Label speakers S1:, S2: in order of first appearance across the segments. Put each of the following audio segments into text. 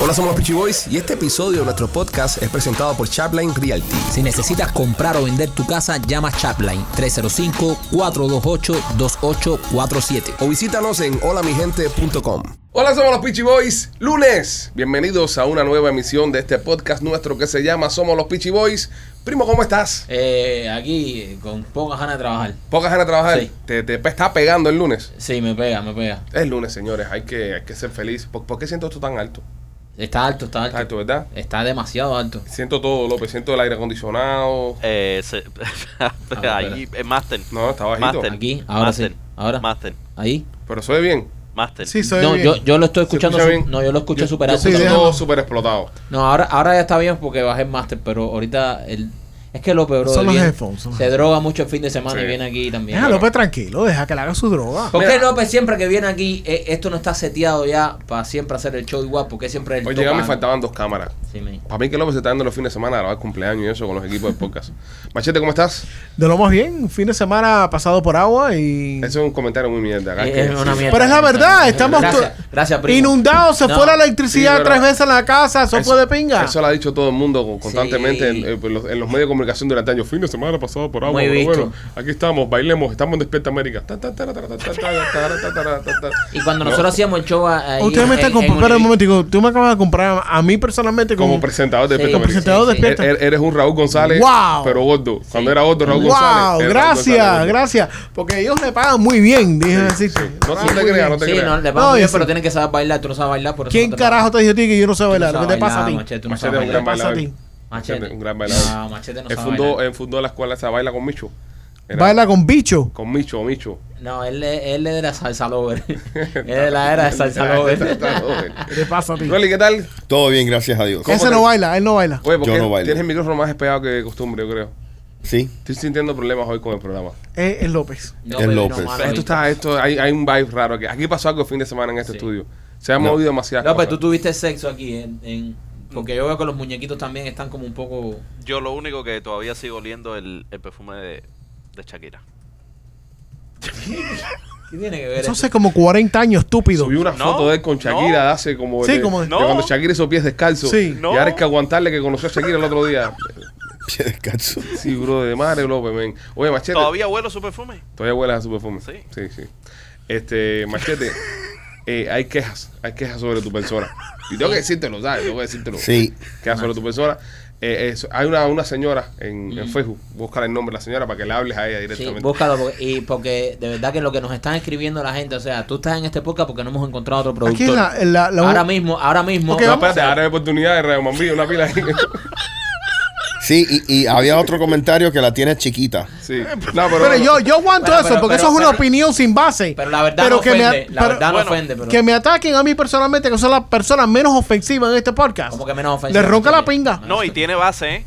S1: Hola, somos los Peachy Boys y este episodio de nuestro podcast es presentado por Chapline Realty.
S2: Si necesitas comprar o vender tu casa, llama Chapline 305-428-2847.
S1: O visítanos en holamigente.com. Hola, somos los Peachy Boys, lunes. Bienvenidos a una nueva emisión de este podcast nuestro que se llama Somos los Peachy Boys. Primo, ¿cómo estás?
S3: Eh, aquí eh, con pocas ganas de trabajar.
S1: Pocas ganas de trabajar.
S3: Sí.
S1: Te, te está pegando el lunes.
S3: Sí, me pega, me pega.
S1: Es lunes, señores, hay que, hay que ser feliz. ¿Por, por qué siento esto tan alto?
S3: Está alto, está alto.
S1: Está alto, ¿verdad?
S3: Está demasiado alto.
S1: Siento todo, López. Siento el aire acondicionado.
S4: Eh, se- ahí, eh, Master.
S1: No, está bajito.
S4: Master.
S3: Aquí, ahora sí,
S4: Master.
S3: ahora.
S4: Master.
S3: Ahí.
S1: Pero se ve bien.
S4: Master.
S5: Sí, soy
S3: No,
S5: bien.
S3: yo, yo lo estoy
S1: ¿Se
S3: escuchando.
S1: escucha
S3: su-
S1: bien?
S3: no, yo lo escucho super
S1: yo
S3: alto.
S1: siento
S5: Sí,
S1: todo
S5: déjame.
S1: súper explotado.
S3: No, ahora, ahora ya está bien porque bajé el máster, pero ahorita el, es que López, bro,
S5: Son los
S3: viene-
S5: headphones, pues. son los
S3: se droga mucho el fin de semana
S1: Sí.
S3: y viene aquí también.
S5: Deja a López tranquilo, deja que le haga su droga.
S3: ¿Por qué
S1: Mira.
S3: López siempre que viene aquí, eh, esto no está seteado ya para siempre hacer el show igual? Porque siempre el
S1: Hoy
S3: top
S1: llegamos y
S3: hand?
S1: faltaban dos cámaras.
S3: Sí, me-
S1: Para mí que López se está dando los fines de semana a grabar cumpleaños y eso con los equipos de podcast. Machete, ¿cómo estás?
S5: De lo más bien, un fin de semana pasado por agua y.
S1: Eso es un comentario muy mierda. ¿eh? acá que-
S3: Es una mierda.
S5: Pero es la verdad, estamos
S3: Gracias,
S5: to-
S3: gracias, primo.
S5: inundados, se
S3: No.
S5: fue la
S1: Sí,
S5: electricidad
S1: pero-
S5: tres veces en la casa, eso,
S1: Eso-
S5: fue de pinga.
S1: Eso lo ha dicho todo el mundo con- constantemente
S3: Sí.
S1: en, en los, en los medios de comunicación durante años. Fin de semana pasado por agua.
S3: Muy
S1: pero
S3: visto.
S1: bueno, aquí estamos, bailemos, estamos en Despierta América. Ta, ta, ta, ta, ta, ta, ta, ta, ta, ta, ta, ta.
S3: Y cuando nosotros hacíamos el show ahí
S5: Ustedes me
S3: en-
S5: están
S3: en- en
S5: comprando, espera un
S3: Univ-
S5: momentico, tú me acabas de comprar a mí personalmente
S1: Como
S5: como.
S1: presentador de
S3: Sí,
S1: Despierta
S3: como
S1: América.
S5: presentador
S3: Sí,
S5: de
S3: sí.
S5: despierta.
S1: Er- eres un Raúl González,
S5: Wow.
S1: pero gordo. Cuando era gordo, Raúl
S5: wow,
S1: González. era Raúl
S5: gracias,
S1: González gordo.
S5: gracias. Porque ellos me pagan muy bien, dije así.
S1: No, no te creas, no te
S3: Sí,
S1: creas.
S3: no, le
S5: No,
S3: pagan bien,
S5: yo
S3: pero
S5: sí.
S3: tienen que saber bailar. Tú no sabes bailar, por eso
S5: ¿Quién
S3: no te pagan.
S5: carajo te dijo a ti que yo no sé
S3: Tú no
S5: bailar?
S3: sabes
S5: ¿Qué te pasa a
S3: bailar,
S5: ti?
S3: Machete, tú no
S1: Machete
S3: sabes
S1: es un gran
S3: bailar.
S5: pasa a
S1: bailador.
S5: ti?
S3: Machete.
S1: Un gran bailador.
S3: No, Machete no
S1: él,
S3: sabe
S1: fundó,
S3: bailar.
S1: él fundó la escuela esa baila con Micho. Era-
S5: Baila con bicho.
S1: Con Micho, Micho.
S3: No, él, él es de la salsa lover. él de la era de salsa
S1: Está
S3: lover.
S1: todo bien.
S5: ¿Qué te pasa a ti?
S1: Rolly, ¿qué tal?
S6: Todo bien, gracias a Dios.
S1: ¿Cómo
S5: Ese
S1: te-
S5: no baila, él no baila.
S1: Oye, porque
S6: Yo no bailo.
S1: tienes el micrófono más despegado que de costumbre, yo creo.
S6: Sí.
S1: Estoy sintiendo problemas hoy con el programa.
S5: Es, es López.
S3: No,
S6: Es
S3: baby,
S6: López.
S3: mano,
S1: Esto
S3: baby.
S1: está, esto, hay, hay un vibe raro aquí. Aquí pasó algo el fin de semana en este
S3: Sí.
S1: estudio. Se ha movido demasiado.
S3: López, tú tuviste sexo aquí. En, en- porque yo veo que los muñequitos también están como un poco.
S4: Yo lo único que todavía sigo oliendo el, el perfume de, de Shakira.
S3: ¿Qué tiene que ver eso?
S5: Eso hace como 40 años, estúpido.
S1: Subí una
S4: No,
S1: foto de él con Shakira
S4: no.
S1: de hace como.
S5: Sí,
S1: de-
S5: como-
S1: de
S4: No.
S1: cuando Shakira hizo pies descalzos.
S5: Sí.
S1: Y
S4: No.
S1: ahora hay que aguantarle que conoció a Shakira el otro día.
S6: Pie descalzo.
S1: Sí, bro, de madre, López, men. Oye, Machete.
S4: Todavía huelo su perfume.
S1: Todavía huele a su perfume.
S4: Sí.
S1: Sí, sí. Este, Machete, eh, hay quejas, hay quejas sobre tu persona. Y tengo que decírtelo, ¿sabes? Tengo que decírtelo.
S6: Sí.
S1: Quejas sobre tu persona. Eh, es- hay una, una señora en,
S4: Mm.
S1: en Facebook, búscale el nombre de la señora para que le hables a ella
S3: Sí,
S1: directamente.
S3: búscalo. Porque, y porque de verdad que lo que nos están escribiendo la gente. O sea, tú estás en este podcast porque no hemos encontrado otro productor.
S5: Aquí es la, la, la-
S3: ahora mismo, ahora mismo.
S5: Ok,
S1: no,
S5: vamos a
S1: espérate, ahora hay oportunidad de Radio Mambí, una pila ahí.
S6: Sí, y, y había otro comentario que la tiene chiquita.
S1: Sí. No, pero,
S5: Pero yo, yo aguanto
S3: Bueno,
S5: eso,
S3: pero-
S5: porque
S3: pero-
S5: eso es una
S3: pero-
S5: opinión sin base.
S3: Pero la verdad no
S5: que me
S3: ofende.
S5: a-
S3: la
S5: pero
S3: verdad
S4: bueno,
S3: no ofende, pero.
S5: que me ataquen a mí personalmente, que son las personas menos ofensivas en este podcast.
S3: Como que menos ofensiva.
S5: Le ronca la
S3: Sí.
S5: pinga.
S4: No, y tiene base, ¿eh?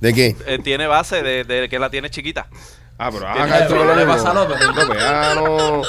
S6: ¿De qué?
S4: Eh, tiene base de, de que la tiene chiquita.
S1: ah, pero
S4: Tiene-
S1: haga esto
S3: pero
S1: no
S3: le
S1: lo-
S3: pasa a López.
S1: López, ah, no.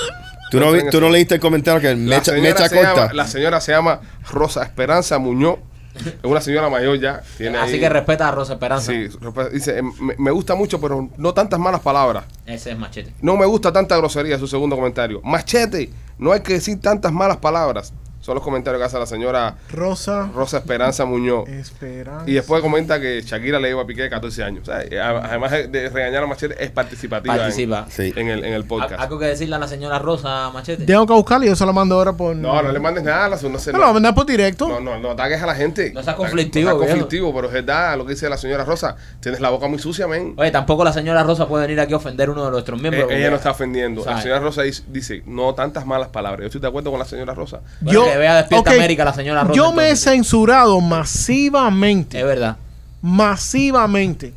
S6: ¿Tú no, vi- tú no leíste el comentario que
S1: La
S6: mecha,
S1: señora
S6: mecha
S1: se llama-
S6: corta?
S1: la señora se llama Rosa Esperanza Muñoz. Es una señora mayor ya. Tiene
S3: Así
S1: ahí-
S3: que respeta a Rosa Esperanza.
S1: Sí, Ropa- dice, em, me, me gusta mucho, pero no tantas malas palabras.
S3: Ese es machete.
S1: No me gusta tanta grosería, su segundo comentario. Machete, no hay que decir tantas malas palabras. Son los comentarios que hace la señora
S5: Rosa,
S1: Rosa Esperanza Muñoz.
S5: Eh, Esperanza.
S1: Y después comenta que Shakira le iba a Piqué de 14 años. O sea, eh, a- además de regañar a Machete, es participativa en-
S3: Participa.
S6: Sí.
S1: En, el, en el
S3: ¿Al-
S1: podcast.
S3: ¿Algo que decirle a la señora Rosa Machete?
S5: Tengo que buscarla y yo se la mando ahora por.
S1: No, no le mandes nada, a la- no sé.
S5: Me la voy a
S1: No,
S5: mandar por directo.
S1: no, no, no ataques a la gente.
S3: No seas conflictivo,
S1: No seas
S3: viejo.
S1: conflictivo, pero es verdad lo que dice la señora Rosa. Tienes la boca muy sucia, men.
S3: Oye, tampoco la señora Rosa puede venir aquí a ofender a uno de nuestros
S1: Eh,
S3: miembros.
S1: ella
S3: porque-
S1: no está ofendiendo. La
S3: ¿Sabe?
S1: señora Rosa dice, dice, no tantas malas palabras. Yo estoy de acuerdo con la señora Rosa.
S3: Bueno, que vea Despierta
S5: ok,
S3: América la señora Rosa,
S5: Yo me he
S3: entonces.
S5: censurado masivamente.
S3: Es verdad,
S5: Masivamente.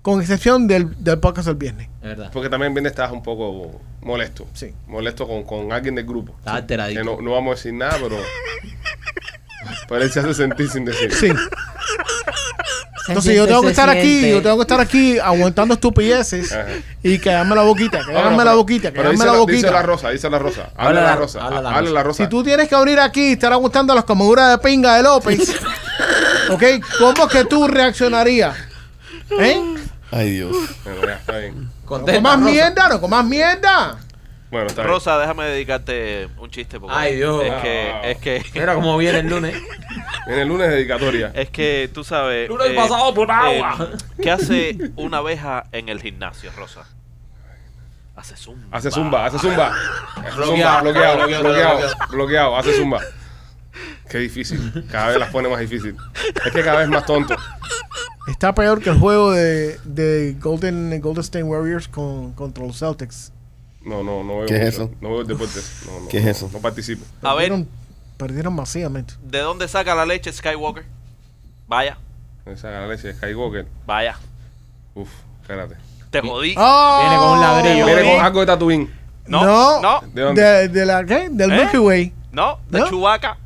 S5: Con excepción del, del podcast del viernes.
S3: es verdad.
S1: Porque también viene estás un poco molesto.
S5: Sí.
S1: Molesto con, con alguien del grupo.
S3: Está alteradito.
S1: Que no, no vamos a decir nada, pero... pero él se hace sentir sin decir.
S5: Sí. Entonces yo tengo que estar aquí, yo tengo que estar aquí aguantando estupideces
S1: Ajá.
S5: y quedarme la boquita,
S1: No, no,
S5: quedarme la
S1: pero-
S5: boquita,
S1: pero
S5: quedarme
S1: dice
S5: la
S1: Dice la
S5: boquita.
S1: Rosa, dice la Rosa.
S3: Habla
S1: Habla
S3: la-
S1: la Rosa.
S3: habla la
S1: Habla la Rosa.
S5: Si tú tienes que abrir aquí y estar aguantando las comeduras de pinga de López, ¿ok? ¿Cómo es que tú reaccionarías? ¿Eh?
S6: Ay, Dios.
S1: Bueno, ya, está bien.
S5: ¿No
S3: Contesta,
S5: comas
S3: Rosa.
S5: mierda? ¿No comas mierda?
S1: Bueno, está bien.
S4: Rosa, déjame dedicarte un chiste. Porque
S3: Ay, Dios.
S4: Es que. Es que
S3: Mira cómo viene el lunes.
S1: En el lunes dedicatoria.
S4: Es que tú sabes. eh,
S3: Lunes pasado por agua.
S4: ¿Qué hace una abeja en el gimnasio, Rosa? Hace zumba.
S1: Hace zumba, hace zumba. Hace zumba,
S3: Bloqueado,
S1: bloqueado,
S3: bloqueado,
S1: bloqueado,
S3: bloqueado.
S1: bloqueado, hace zumba. Qué difícil. Cada vez las pone más difícil. Es que cada vez más tonto.
S5: Está peor que el juego de, de Golden, Golden State Warriors con, contra los Celtics.
S1: No, no, no veo.
S6: ¿Qué es
S1: mucho.
S6: eso?
S1: No veo el deporte. No, no,
S6: ¿Qué es
S1: no,
S6: eso?
S1: No participo.
S4: A ver,
S5: Perdieron- Perdieron masivamente.
S4: ¿de dónde saca la leche Skywalker? Vaya,
S1: Esa la leche de Skywalker.
S4: vaya.
S1: Uf, espérate.
S4: Te jodí.
S5: Ah,
S3: Viene con un ladrillo.
S1: Viene con
S3: vi-
S1: algo de Tatooine.
S4: No,
S5: Oh, no.
S4: no,
S1: ¿De dónde?
S5: De, de la, ¿qué? Del
S4: ¿Eh?
S5: Milky Way.
S4: no, de
S5: ¿No?
S4: Chewbacca.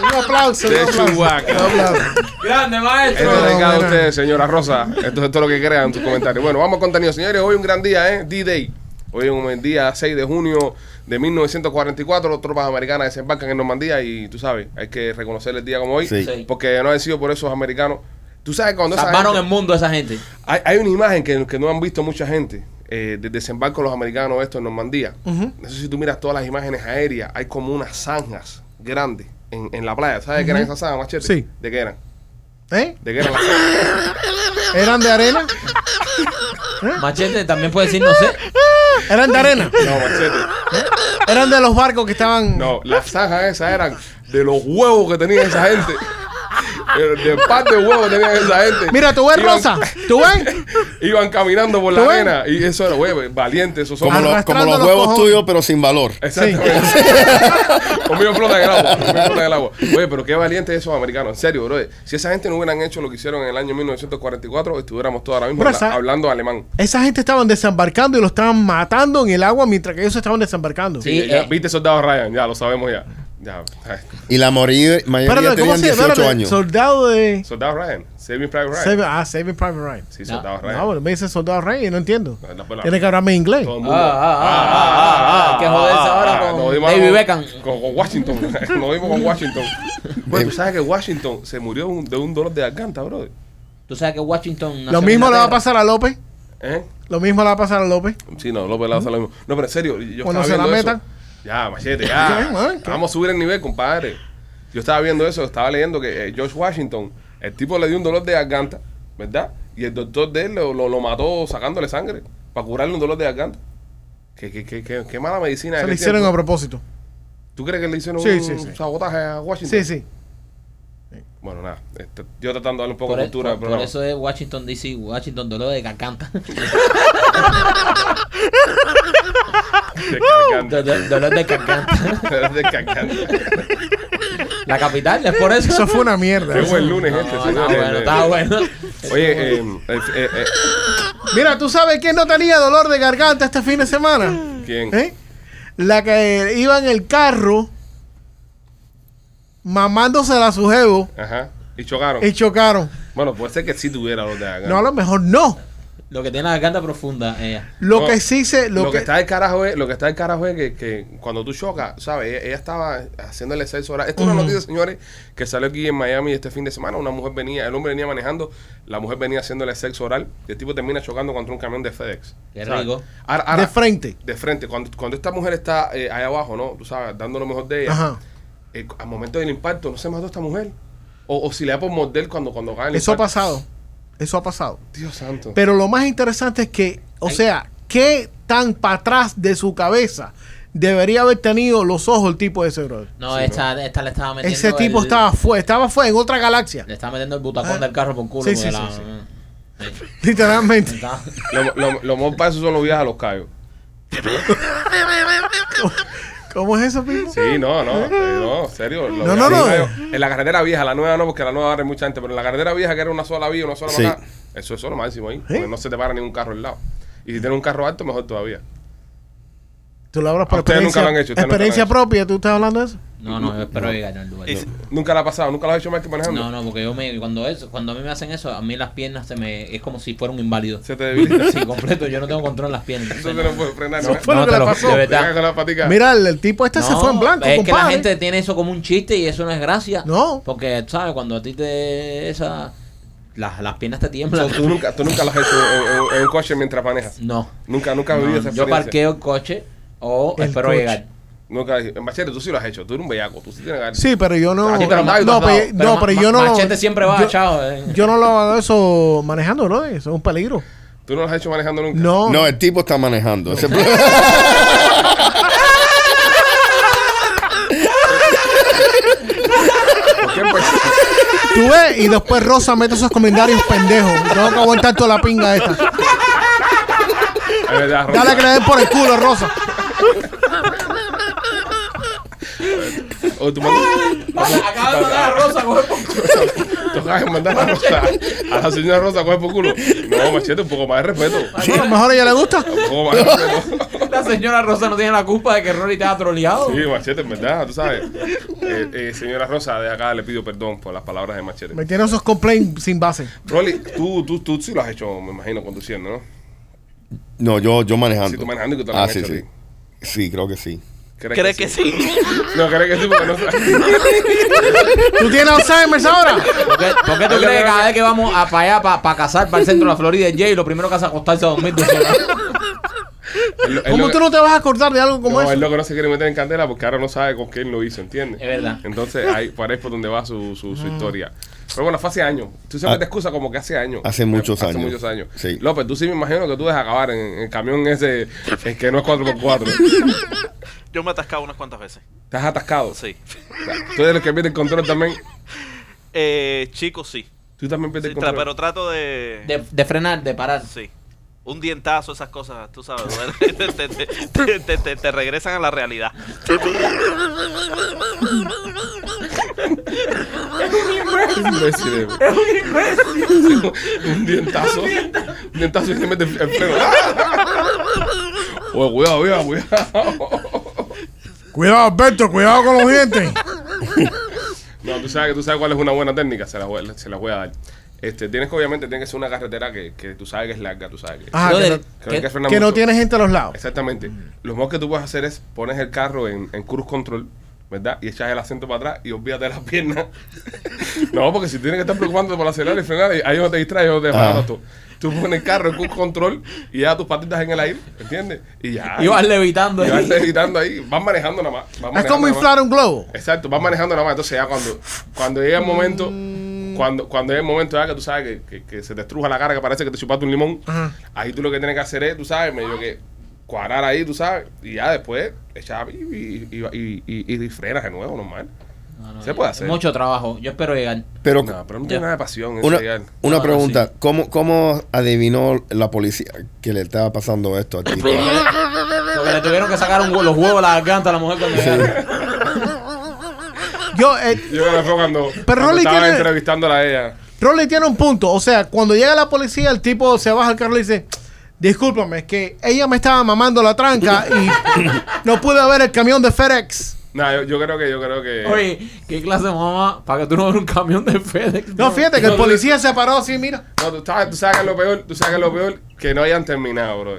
S5: Un aplauso.
S1: De
S5: un aplauso.
S1: Chewbacca.
S5: Un aplauso.
S3: Grande,
S1: Esto
S3: maestro.
S5: Pero,
S1: le cae a
S5: bueno.
S1: ustedes, señora Rosa. Esto es todo lo que crean en tus comentarios. Bueno, vamos al contenido, señores. Hoy un gran día, ¿eh? D-Day. Hoy es un buen día 6 de junio de 1944. Las tropas americanas desembarcan en Normandía y tú sabes, hay que reconocer el día como hoy.
S6: Sí.
S3: Sí.
S1: Porque no han sido por esos americanos. Tú sabes cuando esa
S3: Salvaron
S1: gente-
S3: el mundo esa gente.
S1: hay, hay una imagen que, que no han visto mucha gente eh, del desembarco de los americanos esto en Normandía. No sé si tú miras todas las imágenes aéreas, hay como unas zanjas grandes en, en la playa. ¿Sabes qué eran esas zanjas, machete?
S5: Sí.
S1: ¿De qué eran?
S5: ¿Eh?
S1: ¿De qué eran las zanjas?
S5: ¿Eran de arena? ¿Ah?
S3: Machete también puede decir, no sé.
S5: ¿Eran de arena?
S1: No, machete.
S5: ¿Eran de los barcos que estaban...?
S1: No, las zanjas esas eran de los huevos que tenía esa gente. Eh, De par de huevos que tenían esa gente.
S5: Mira, tú ves,
S1: Iban-
S5: Rosa. ¿Tú ves?
S1: Iban caminando por la
S5: ¿Tú ves?
S1: arena. Y eso era, huevo, valiente, esos son.
S6: Como, lo- como los
S5: Arrastrando los
S6: huevos
S5: cojones.
S6: tuyos, pero sin valor.
S1: Eh. Exactamente. conmigo flota en el agua. Conmigo flota en el agua. Oye, pero qué valientes esos americanos. En serio, bro. Si esa gente no hubieran hecho lo que hicieron en el año 1944, estuviéramos todos ahora mismo
S5: Bro,
S1: habla-
S5: esa-
S1: hablando alemán.
S5: Esa gente estaban desembarcando y lo estaban matando en el agua mientras que ellos estaban desembarcando.
S3: Sí,
S1: Ya,
S3: eh.
S1: Viste soldado Ryan, ya lo sabemos ya. Ya. eh, ay,
S6: Y la morir, mayoría
S5: Espérate, ¿cómo se
S6: tenían 18
S5: llama?
S6: años.
S5: Soldado de...
S1: Soldado Ryan. Saving Private Ryan.
S5: Saving- ah, Saving Private Ryan.
S1: Sí, soldado Ryan.
S5: No, bueno, me dicen soldado Ryan y no entiendo.
S1: Pues No, no, pero-
S5: Tienes que hablarme en inglés.
S1: Todo el
S3: Ah,
S1: mundo.
S3: ah, ah, ah, ah, Hay que joderse ahora
S1: Ah, nos
S3: con
S1: dimos
S3: David
S1: con-
S3: Beckham.
S1: Con, con Washington. Nos dimos con Washington.
S5: Em.
S1: Bueno, tú sabes que Washington se murió un- de un dolor de garganta, brother.
S3: Tú sabes que Washington. nació
S5: Lo
S3: en
S5: mismo le va a
S3: Inglaterra.
S5: pasar a López.
S1: ¿Eh?
S5: Lo mismo le va a pasar a López.
S1: Sí, no, López Lado hace lo mismo. No, pero en serio,
S5: ¿Mm?
S1: yo
S5: Cuando
S1: estaba
S5: se la
S1: viendo eso.
S5: metan.
S1: Ya, machete,
S5: ¿Qué,
S1: ya.
S5: man? ¿Qué?
S1: Vamos a subir el nivel, compadre. Yo estaba viendo eso, estaba leyendo que eh, George Washington, el tipo le dio un dolor de garganta, ¿verdad? Y el doctor de él lo, lo- lo mató sacándole sangre para curarle un dolor de garganta. Qué, qué, qué, qué, qué mala medicina. de
S5: Se lo
S1: aquel
S5: hicieron
S1: tiempo.
S5: a propósito.
S1: ¿Tú crees que le hicieron
S5: Sí,
S1: un
S5: sí, sí.
S1: sabotaje a Washington?
S5: Sí, sí.
S1: Bueno, nada. este, yo tratando de darle un poco
S3: Por,
S1: de
S3: el-
S1: cultura al
S3: por- por
S1: programa.
S3: eso es Washington DC, Washington dolor de garganta. Do-
S1: Descargando.
S3: do- dolor de garganta.
S1: Descargando.
S3: La capital es por eso.
S5: Eso fue una mierda.
S1: Qué buen lunes
S3: No,
S1: este,
S3: no, está
S1: señores.
S3: bueno, está bueno.
S1: Oye, eh, eh, eh, eh,
S5: Mira, ¿tú sabes quién no tenía dolor de garganta este fin de semana?
S1: ¿quién?
S5: ¿Eh? La que iba en el carro mamándosela a su jevo
S1: Ajá. Y chocaron.
S5: y chocaron.
S1: Bueno, puede ser que sí tuviera los de garganta.
S5: Eh. No, a lo mejor no.
S3: Lo que tiene la garganta profunda, eh, ella.
S5: Lo
S1: No.
S5: que sí se...
S1: lo,
S5: Lo,
S1: que,
S5: que,
S1: está del carajo es, lo que está del carajo es que, que cuando tú chocas, ¿sabes? Ella, ella estaba haciendo el exceso oral. Esto es una noticia, señores, que salió aquí en Miami este fin de semana. Una mujer venía, el hombre venía manejando, la mujer venía haciendo el sexo oral y el tipo termina chocando contra un camión de FedEx.
S3: Qué
S1: ¿Sabes?
S3: rico.
S1: Ahora- ahora-
S5: de frente.
S1: de frente. Cuando, cuando esta mujer está eh, ahí abajo, ¿no? Tú sabes, dando lo mejor de ella.
S5: Ajá.
S1: eh, al momento del impacto, no se mató esta mujer. O, o si le da por morder cuando, cuando gana el
S5: Eso ha
S1: impacto.
S5: pasado. Eso ha pasado.
S1: Dios santo.
S5: Pero lo más interesante es que, o sea, ¿qué tan para atrás de su cabeza debería haber tenido los ojos el tipo ese, brother?
S3: No, esta, esta le estaba metiendo.
S5: Ese tipo
S3: el-
S5: estaba fuera, estaba fuera en otra galaxia.
S3: Le estaba metiendo el butacón
S5: Ah.
S3: del carro por culo.
S5: Sí, sí,
S3: porque
S5: sí,
S3: la-
S5: sí.
S3: Sí.
S5: Literalmente.
S3: Está-
S1: Lo, lo, lo mejor para eso son los viajes a los callos.
S5: ¿Cómo es eso, Pipo?
S1: Sí, no, no, eh, no, en serio. los
S5: No,
S1: viajes
S5: no,
S1: a los
S5: no.
S1: callos. En la carretera vieja, la nueva no, porque la nueva ahora hay mucha gente, pero en la carretera vieja, que era una sola vía, una sola
S6: Sí.
S1: bajada, eso, eso es lo máximo ahí. porque no se te para ningún carro al lado. Y si tienes un carro alto, mejor todavía.
S5: Tú lo hablas por
S1: A Ah, ustedes nunca
S5: experiencia,
S1: lo han hecho, ustedes nunca lo han
S5: experiencia
S1: hecho.
S5: propia. ¿Tú estás hablando de eso?
S3: No, no, yo espero llegar al lugar.
S4: Y si-
S1: Nunca la ha pasado, nunca la has hecho más que manejando.
S3: No, no, porque yo me, cuando eso, cuando a mí me hacen eso, a mí las piernas se me, es como si fuera un inválido.
S1: Se te debilita.
S3: Sí, completo, yo no tengo control en las piernas.
S1: Eso te lo puedes frenar.
S5: Eso fue
S3: no
S5: lo que
S3: te lo-
S5: le pasó.
S3: de
S1: Te
S3: verdad.
S1: dejas con la patica.
S5: Mira, el, el tipo este se
S3: No,
S5: fue en blanco,
S3: Es que la
S5: compadre.
S3: gente tiene eso como un chiste y eso no es gracia.
S5: No.
S3: Porque, ¿sabes? Cuando a ti te. Esa, las, las piernas te tiemblan.
S1: So, ¿tú, nunca, tú nunca lo has hecho en, en- en un coche mientras manejas.
S3: No.
S1: Nunca, nunca has vivido esa
S3: Yo
S1: experiencia.
S3: parqueo el coche o
S5: El
S3: espero
S5: coche.
S3: llegar.
S1: Nunca, en Machete, tú sí lo has hecho. Tú eres un bellaco. Tú sí tienes ganas.
S5: Sí, pero yo no.
S1: A ti te lo han dado y tú
S5: no,
S1: has dado,
S5: pero, no,
S3: ma-
S5: pero
S3: ma-
S5: yo no. lo-
S3: Machete siempre va,
S5: yo-
S3: chao. eh.
S5: Yo no lo hago eso manejando, bro. Eso es un peligro.
S1: Tú no lo has hecho manejando nunca.
S5: No.
S6: No, el tipo está manejando. Ese-
S1: ¿Por qué? Pues,
S5: Tú ves, y después Rosa mete esos comentarios pendejos. Tengo que aguantar toda la pinga esta.
S1: es verdad, Rosa.
S5: Dale a creer por el culo, Rosa.
S1: O tú mandas.
S3: Acaba de mandar a Rosa, coge por culo.
S1: Tú acabas de mandar a Rosa. A la señora Rosa, coge por culo. No, Machete, un poco más de respeto.
S5: A lo mejor a ella le gusta.
S1: Un poco más de respeto.
S3: La señora Rosa no tiene la culpa de que Rory te ha troleado.
S1: Sí, Machete, en verdad, tú sabes. Eh, eh, señora Rosa, de acá le pido perdón por las palabras de Machete.
S5: Me tiene esos complaints sin base.
S1: Rolly, tú, tú, tú sí lo has hecho, me imagino, conduciendo, ¿no?
S6: No, yo, yo manejando.
S1: Sí, tú manejando y tú te lo
S6: Ah,
S1: has
S6: sí,
S1: hecho
S6: sí.
S1: a ti.
S6: Sí, creo que sí.
S4: ¿Crees que sí?
S1: No, crees que sí, porque no sabes.
S5: ¿Tú tienes Alzheimer's ahora?
S3: ¿Por qué, por qué tú crees que cada vez que vamos a para allá, para cazar, para el centro de la Florida, Jay, lo primero que hace es acostarse a dormir? dice,
S5: ¿Cómo tú no te vas a acordar de algo como
S1: no,
S5: eso?
S1: es lo que no se quiere meter en candela porque ahora no sabe con quién lo hizo, ¿entiendes?
S3: Es verdad.
S1: Entonces, ahí, por ahí es por donde va su, su, su historia. Pero bueno, fue hace años. Tú siempre
S6: Ah.
S1: te excusas como que hace años.
S6: Hace muchos
S1: hace
S6: años.
S1: muchos años.
S6: Sí.
S1: López, tú sí me imagino que tú dejas acabar en en el camión ese el que no es 4x4.
S4: Yo me he atascado unas cuantas veces.
S1: Estás atascado.
S4: Sí.
S1: O sea, tú eres el que pierde el control también.
S4: Eh, chicos, sí.
S1: Tú también pierdes
S4: Sí,
S1: el
S4: tra-
S1: control.
S4: pero trato de...
S3: De, de frenar, de parar.
S4: Sí. Un dientazo, esas cosas, tú sabes. te, te- te- te- te- te regresan a la realidad.
S1: imbécil. Es un imbécil. un dientazo. Un dientazo y se mete el freno. Oye, Oh, cuidado, cuidado, cuidado.
S5: Cuidado, Alberto, cuidado con los dientes.
S1: No, tú sabes, tú sabes cuál es una buena técnica. Se la voy, se las voy a dar. Este, tienes que, obviamente, tiene que ser una carretera que, que tú sabes que es larga, tú sabes que.
S5: Ah,
S3: Brother,
S5: que no-
S1: que no hay
S3: ¿qué-
S1: frenar
S5: que no
S1: mucho.
S5: tiene gente a los lados.
S1: Exactamente. Lo mejor que tú puedes hacer es pones el carro en, en cruise control, ¿verdad? Y echas el asiento para atrás y olvídate de las piernas. no, porque si tienes que estar preocupándote por acelerar y frenar, ahí no te distraes, no te desbaratas tú. Tú pones el carro en cruise control y ya tus patitas en el aire, ¿entiendes? Y ya.
S3: Y vas levitando. eh.
S1: y
S3: ahí.
S1: vas editando ahí, vas manejando nada más. vas
S5: Es
S1: manejando
S5: como
S1: nada más.
S5: inflar un globo.
S1: Exacto, vas manejando nada más. Entonces ya cuando, cuando llega el momento,
S5: Mm.
S1: cuando, cuando llega el momento ya que tú sabes que, que- que se te estruja la cara, que parece que te chupaste un limón,
S5: Ajá.
S1: ahí tú lo que tienes que hacer es, tú sabes, medio que cuadrar ahí, tú sabes, y ya después echar y, y, y, y- y- y frenas de nuevo, normal.
S3: No, no,
S1: Se puede
S3: es
S1: hacer.
S3: Mucho trabajo. Yo espero llegar.
S6: Pero
S1: No, pero no tiene
S3: Ya.
S1: nada de pasión.
S6: una,
S1: Una,
S6: una
S3: No, no,
S6: pregunta. ¿Cómo, ¿Cómo adivinó la policía que le estaba pasando esto a ti?
S3: Porque le tuvieron que sacar un hue- los huevos a la garganta a la mujer cuando llegara.
S5: Yo, eh,
S1: Yo creo que fue cuando, cuando
S5: Rolly
S1: estaba
S5: tiene-
S1: entrevistándola a ella.
S5: Rolly tiene un punto. O sea, cuando llega la policía, el tipo se baja al carro y dice: Discúlpame, es que ella me estaba mamando la tranca y no pude ver el camión de FedEx.
S1: Nada, yo, yo creo que, yo creo que...
S3: Oye, ¿qué clase de mamá? Para que tú no veas un camión de FedEx.
S5: No, fíjate que el policía se paró así, mira.
S1: No, tú sabes, tú sabes que es lo peor, tú sabes que es lo peor que no hayan terminado, bro.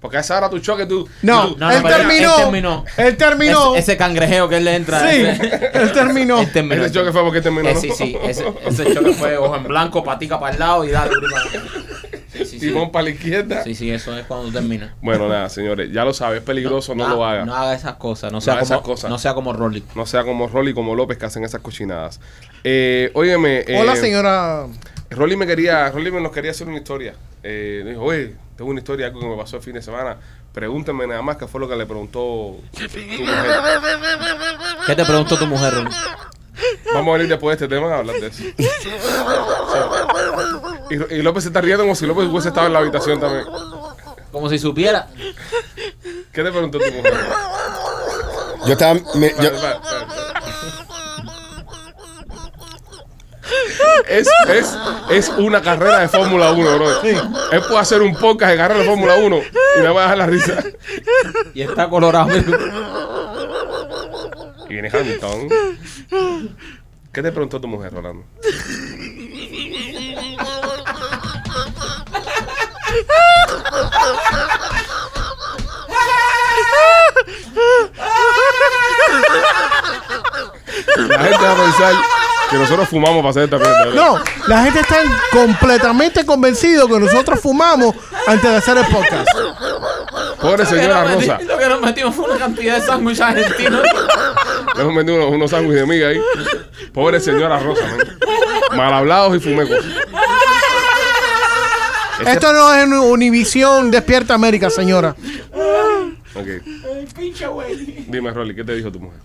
S1: Porque a esa hora tu choque, tú.
S5: No,
S1: tú-
S3: no,
S5: él,
S3: pero
S5: terminó,
S3: él terminó.
S5: Él terminó.
S3: Ese, ese cangrejeo que él le entra.
S5: sí,
S3: Ese-
S5: él terminó.
S3: él terminó.
S1: Ese choque fue porque terminó.
S3: Eh,
S1: ¿no?
S3: sí, sí, ese, ese choque fue ojo en blanco, patica para el lado y dale. duro para- Sí, sí, sí.
S1: Timón para la izquierda.
S3: Sí, sí, eso es cuando termina.
S1: Bueno, nada, señores, ya lo sabes, es peligroso, no,
S3: Ah,
S1: lo haga.
S3: No
S1: No.
S3: haga esas cosas, no sea,
S1: haga
S3: como,
S1: esas cosas.
S3: No sea como Rolly.
S1: sea como Rolly como López que hacen esas cochinadas. Eh, óyeme. eh,
S5: Hola, señora.
S1: Rolly me quería, Rolly me nos quería hacer una historia. Eh, dijo, oye, tengo una historia, algo que me pasó el fin de semana. Pregúntame nada más qué fue lo que le preguntó tu mujer.
S3: ¿Qué te preguntó tu mujer, Rolly?
S1: Vamos a venir después de este tema a hablar de eso. Sí. Y, Ro- y López se está riendo como si López hubiese estado en la habitación también.
S3: Como si supiera.
S1: ¿Qué te preguntó tu mujer?
S6: Yo estaba. mi- yo-
S1: Espera, espera, espera. Es, es, es una carrera de Fórmula 1, bro. Él puede hacer un podcast de carrera de Fórmula 1 y le va a dejar la risa.
S3: Y está colorado.
S1: Y viene Hamilton. ¿Qué te preguntó tu mujer, Rolando? La gente va a pensar que nosotros fumamos para hacer esta mierda.
S5: No, la gente está completamente convencido que nosotros fumamos antes de hacer el podcast.
S1: Pobre señora
S3: Lo que nos
S1: Rosa.
S3: meti- Lo que nos metimos fue una cantidad de sándwiches argentinos.
S1: Le hemos metido unos, unos sándwiches de miga ahí. Pobre señora Rosa, man. Mal hablados y fumecos. Ese-
S5: Esto no es en Univisión Despierta América, señora.
S1: Ok. Dime, Rolly, ¿qué te dijo tu mujer?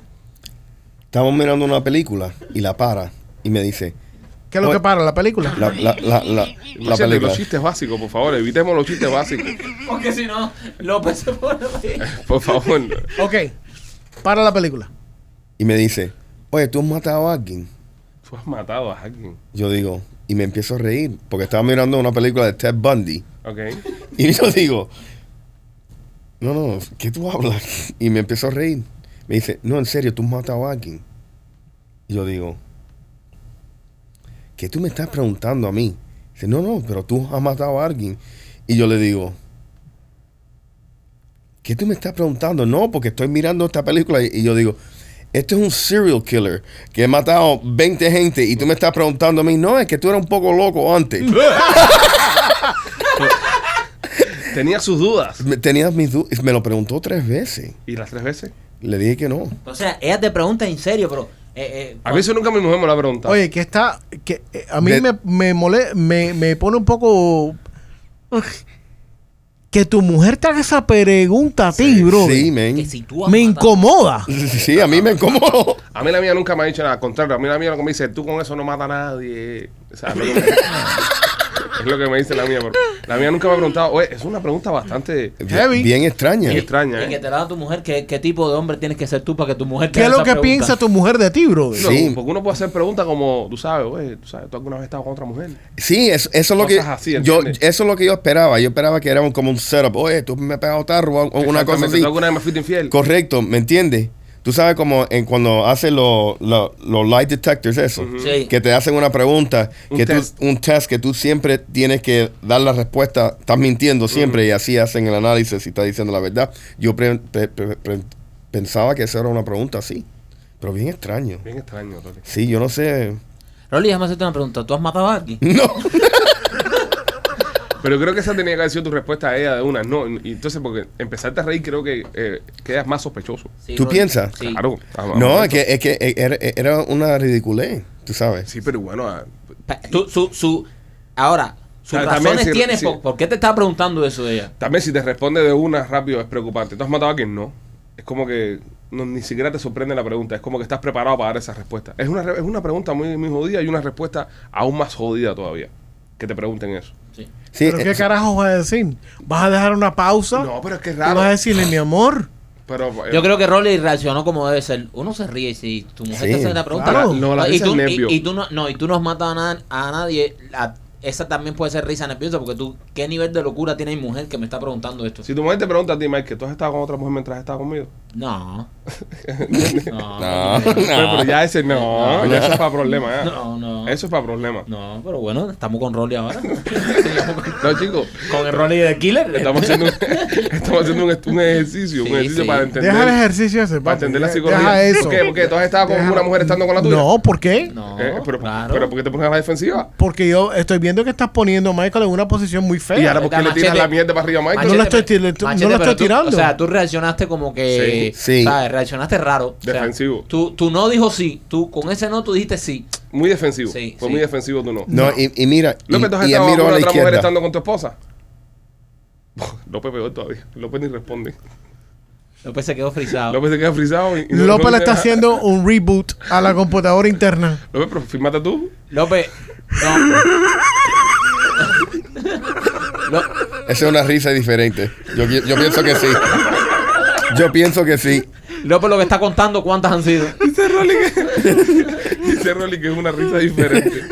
S6: Estamos mirando una película y la para y me dice,
S5: ¿Qué es lo que para la película?
S6: la, la, la, la, la
S1: Siete,
S6: película.
S1: los chistes básicos, por favor, evitemos los chistes básicos.
S3: Porque si no, López se pone así.
S1: Por favor.
S5: Ok, para la película.
S6: Y me dice, oye, ¿tú has matado a alguien?
S1: Tú has matado a alguien.
S6: Yo digo, y me empiezo a reír porque estaba mirando una película de Ted Bundy.
S1: Ok.
S6: Y yo digo, no, no, ¿qué tú hablas? Y me empiezo a reír. Me dice, no, en serio, tú has matado a alguien. Y yo digo, ¿qué tú me estás preguntando a mí? Dice, no, no, pero tú has matado a alguien. Y yo le digo, ¿qué tú me estás preguntando? No, porque estoy mirando esta película y, y yo digo, este es un serial killer que he matado 20 gente y tú me estás preguntando a mí, no, es que tú eras un poco loco antes.
S1: Tenía sus dudas.
S6: Me- Tenía mis du- me lo preguntó tres veces.
S1: ¿Y las tres veces?
S6: Le dije que no.
S3: O sea, ella te pregunta en serio, pero. eh, eh,
S1: A mí eso nunca mi mujer me lo ha preguntado.
S5: Oye, que está. Que, eh, a mí
S6: De-
S5: me, me, mole- me, me pone un poco. Ugh. que tu mujer te haga esa pregunta a ti, bro.
S6: Sí, men.
S3: que si tú has
S5: me
S3: matado-
S5: incomoda.
S6: Sí, a mí me incomodó.
S1: A mí la mía nunca me ha dicho nada. Al contrario, a mí la mía lo que me dice, tú con eso no mata a nadie. O sea, es lo que me, es lo que me dice la mía. pero la mía nunca me ha preguntado. Oye, es una pregunta bastante
S5: Heavy.
S6: Bien, extraña.
S1: bien extraña.
S3: Y que
S1: ¿eh?
S3: te la da tu mujer, ¿qué, qué tipo de hombre tienes que ser tú para que tu mujer te
S5: ¿Qué es
S3: haga esa
S5: lo que
S3: pregunta?
S5: piensa tu mujer de ti, bro?
S1: No,
S6: Sí.
S1: Porque uno puede hacer preguntas como, tú sabes, oye, tú sabes, tú alguna vez has estado con otra mujer.
S6: Sí, eso, eso es lo que
S1: Cosas así,
S6: yo
S1: ¿entiendes?
S6: eso es lo que yo esperaba. Yo esperaba que era un- como un setup. Oye, tú me has pegado tarro o una cosa
S1: Exactamente,
S6: así.
S1: ¿Tú alguna vez me fuiste infiel?
S6: Correcto, ¿me entiendes? Tú sabes como en cuando hacen los los- los light detectors eso,
S3: Sí.
S6: que te hacen una pregunta,
S1: Un
S6: que tú-
S1: test.
S6: un test que tú siempre tienes que dar la respuesta, estás mintiendo siempre y así hacen el análisis si estás diciendo la verdad. Yo pre- pre- pre- pre- pensaba que esa era una pregunta así, pero bien extraño.
S1: Bien extraño, Rolly.
S6: Sí, yo no sé.
S3: Rolly, déjame hacerte una pregunta. ¿Tú has matado a alguien?
S6: No.
S1: Pero creo que esa tenía que haber sido tu respuesta a ella de una. No, y entonces, porque empezarte a reír creo que eh, quedas más sospechoso.
S3: Sí,
S6: ¿Tú
S3: Rolly.
S6: piensas?
S3: Sí.
S1: Claro. Ah, a- a-
S6: No, es que, es que e, era, era una ridiculez, tú sabes.
S1: Sí, pero bueno, ah, a-
S3: Pa- tú- su, su, ahora, sus
S1: Ah, también
S3: razones
S1: sí,
S3: tienes.
S1: sí.
S3: Por, por qué te estaba preguntando eso de ella?
S1: también si te responde de una rápido es preocupante. ¿Tú has matado a quien no? Es como que no, ni siquiera te sorprende la pregunta. Es como que estás preparado para dar esa respuesta. Es una, re- es una pregunta muy, muy jodida y una respuesta aún más jodida todavía. Que te pregunten eso.
S6: Sí,
S5: ¿Pero qué
S6: eh,
S5: carajo vas a decir? ¿Vas a dejar una pausa?
S1: No, pero es que es
S5: ¿Y vas a
S1: raro.
S5: decirle, mi amor?
S1: Pero, eh,
S3: Yo creo que Rolly reaccionó como debe ser. Uno se ríe si tu mujer
S6: Sí,
S3: te hace la pregunta.
S5: claro.
S1: No, la
S3: y
S1: risa
S3: tú,
S1: es nervio.
S3: Y, y tú no, no, y tú no has matado a, na- a nadie. La- esa también puede ser risa nerviosa porque tú, ¿qué nivel de locura tiene mi mujer que me está preguntando esto?
S1: si tu mujer te pregunta a ti, Mike, que tú has estado con otra mujer mientras has estado conmigo.
S3: No. no.
S6: No,
S1: Pero, pero
S6: no.
S1: ya ese no, ya eso es para problema. ¿eh?
S3: No, no.
S1: Eso es para problema.
S3: No, pero bueno, estamos con Rolly ahora. Sigamos con-
S1: No, chicos,
S3: con el Rolly de Killer.
S1: estamos haciendo un, estamos haciendo un, est- un ejercicio,
S3: Sí,
S1: un ejercicio
S3: sí.
S1: para entender.
S5: Deja el ejercicio ese,
S1: Para
S5: papi.
S1: entender la
S5: Deja-
S1: psicología.
S5: Deja eso.
S1: ¿Por qué? Porque tú has estado con
S5: Deja-
S1: una mujer estando con la tuya.
S5: No, ¿por qué?
S3: No,
S1: Eh, pero,
S3: claro.
S1: pero ¿por qué te pones a la defensiva?
S5: Porque yo estoy viendo que estás poniendo a Michael en una posición muy fea.
S1: Y ahora, ¿por qué
S3: Machete.
S1: le tiras la mierda para arriba a Michael?
S5: Machete. la estoy tir-
S3: pero-
S5: no la
S3: pero
S5: estoy
S3: tú-
S5: tirando.
S3: O sea, tú reaccionaste como que.
S6: Sí, sí.
S3: ¿Sabes? Reaccionaste raro. O sea,
S1: Defensivo.
S3: tú, tú no dijo sí. Tú con ese no tú dijiste sí.
S1: Muy defensivo.
S3: Sí,
S1: Fue
S3: sí.
S1: muy defensivo tú no.
S6: No, y, y mira, y,
S1: López, ¿tú has
S6: y
S1: estado con
S6: miro a
S1: otra
S6: la
S1: mujer
S6: izquierda.
S1: estando con tu esposa? López peor todavía. López ni responde.
S3: López se quedó frisado.
S1: López se queda frisado. Y, y no
S5: López le está
S1: responde.
S5: haciendo un reboot a la computadora interna.
S1: López, pero firmate tú.
S3: López. No. Lo-
S6: Esa es una risa diferente. Yo, qui- yo pienso que sí. Yo pienso que sí.
S3: López lo que está contando cuántas han sido.
S1: Dice Rolly que es una risa diferente.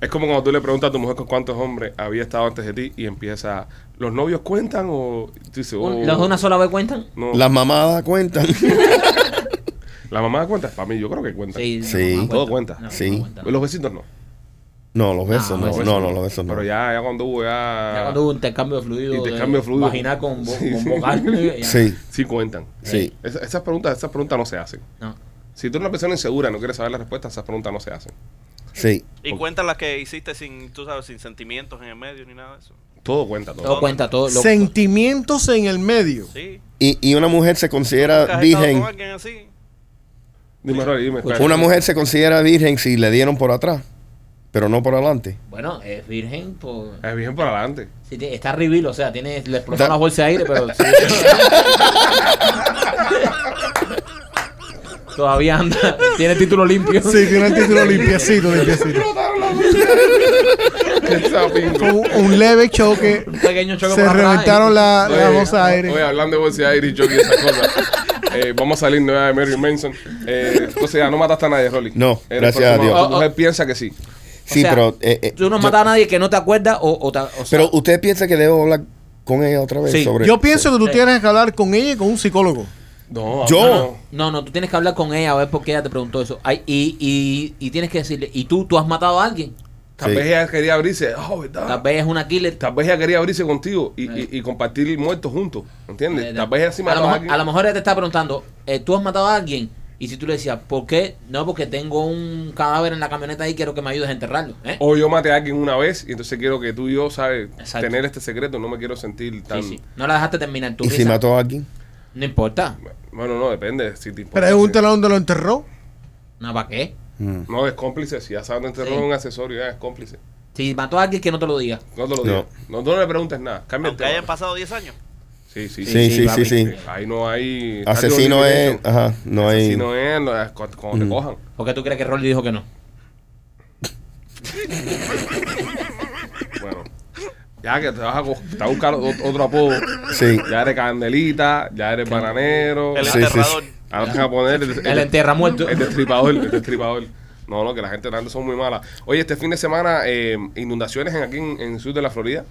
S1: Es como cuando tú le preguntas a tu mujer con cuántos hombres había estado antes de ti y empieza, ¿los novios cuentan o...? y Tú dices, oh,
S3: Un- ¿Los de una sola vez cuentan?
S1: no. La,
S6: Las mamadas cuentan.
S1: mamá cuenta? Para mí yo creo que cuenta.
S3: Sí.
S6: Sí.
S3: no, no
S1: Todo cuenta.
S3: No, no
S6: Sí.
S3: cuenta.
S1: Los besitos no.
S6: No, los besos
S3: No,
S6: no.
S3: los
S6: No, no, los besos no.
S1: Pero ya, ya cuando hubo ya...
S3: Ya Cuando hubo intercambio de fluido.
S1: Intercambio de
S3: de
S1: fluido.
S3: Vaginal con, vo-
S1: Sí.
S3: con vocal. ya.
S6: Sí,
S1: Sí cuentan.
S6: sí.
S1: Esa- esas, preguntas, esas preguntas no se hacen.
S3: No.
S1: Sí Si tú eres una persona insegura y no quieres saber la respuesta, esas preguntas no se hacen.
S6: Sí.
S4: Y cuentas las que hiciste sin, tú sabes, sin sentimientos en el medio ni nada de eso.
S1: Todo cuenta, todo.
S4: Todo.
S3: Todo cuenta, todo. Lo,
S5: Sentimientos en el medio.
S4: Sí.
S6: Y, y una mujer
S4: ¿Nunca
S6: se
S1: Ah,
S6: considera
S4: has estado
S6: virgen.
S4: con alguien así?
S1: Dime, Rory, dime. espera.
S6: Una mujer se considera virgen si le dieron por atrás, pero no por adelante.
S3: bueno, es virgen, pues.
S1: Es bien por adelante.
S3: sí, tiene- está reveal, o sea, tiene, le explotó
S6: Da-
S3: la bolsa de aire, pero. sí. Todavía anda. Tiene título limpio.
S5: Sí, tiene el título limpiecito, limpiecito.
S1: Qué sapingo.
S5: Fue un, un leve choque.
S3: Un pequeño choque por
S5: Se
S3: atrás y-
S5: reventaron la,
S1: ¿eh? Oye,
S5: la bolsa de
S1: Oye,
S5: aire.
S1: hablando de bolsa de aire y choque y esas cosas. eh, vamos a salir nueva de Mary Manson. Eh, entonces ya no mataste a nadie, Rolly.
S6: No,
S1: Eres
S6: gracias a
S1: próximo
S6: Dios.
S1: Tu
S3: Oh,
S1: mujer piensa que sí.
S6: Sí,
S3: O sea,
S6: pero. eh, eh,
S3: Tú no
S6: yo-
S3: matas a nadie que no te acuerdas o, o, ta- o sea,
S6: Pero usted piensa que debo hablar con ella otra vez
S3: Sí.
S6: sobre.
S5: Yo pienso que tú tienes que hablar con ella y con un psicólogo.
S1: No,
S6: Yo.
S1: no.
S3: No, no, tú tienes que hablar con ella a ver por qué ella te preguntó eso. Ay, y, y, y tienes que decirle, ¿y tú, tú has matado a alguien?
S1: Tal
S6: Sí.
S1: vez ella quería abrirse. Oh, ¿verdad?
S3: Tal vez es una killer.
S1: Tal vez ella quería abrirse contigo y,
S3: Eh.
S1: y, y compartir muertos juntos. ¿Entiendes?
S3: Eh,
S1: Tal vez ella sí
S3: a, lo
S1: mató a
S3: mejor,
S1: alguien.
S3: a lo mejor ella te está preguntando, eh, ¿tú has matado a alguien? Y si tú le decías, ¿por qué? No, porque tengo un cadáver en la camioneta y quiero que me ayudes a enterrarlo. ¿eh?
S1: O yo maté a alguien una vez y entonces quiero que tú y yo, ¿sabes?
S3: Exacto.
S1: Tener este secreto. No me quiero sentir tan...
S3: Sí, sí. No la dejaste terminar tu
S6: ¿Y si
S3: risa.
S6: mató a alguien?
S3: No importa.
S1: Bueno, no, depende. Si te importa,
S5: Pregúntale dónde lo enterró.
S3: No, ¿para qué?
S6: Mm.
S1: sí. No, es cómplice. Si ya sabes dónde enterró
S3: Sí.
S1: un accesorio, ya es cómplice.
S3: Si mató a alguien, que no te lo diga.
S1: No te lo
S6: No.
S1: digo. No, tú no le preguntes nada. Cambia el
S4: Aunque
S1: tema.
S4: hayan pasado 10 años.
S1: Sí, sí,
S6: Sí, sí, sí,
S3: papi.
S6: sí.
S1: Ahí no hay.
S6: Asesino es. Ajá, no hay. Mm.
S1: Asesino es no, es cu- cuando te cojan.
S3: Porque tú crees que Rolly dijo que no.
S1: Bueno. Ya que te vas a, co- te vas a buscar ot- otro apodo.
S6: Sí.
S1: Ya eres candelita, ya eres bananero.
S4: El
S6: Sí, sí,
S4: enterrador.
S6: sí.
S1: Ahora te van a poner el,
S3: El entierra muerto.
S1: el destripador. El destripador. No, no, que la gente de Orlando son muy malas. Oye, este fin de semana, eh, inundaciones en, aquí en, en el sur de la Florida.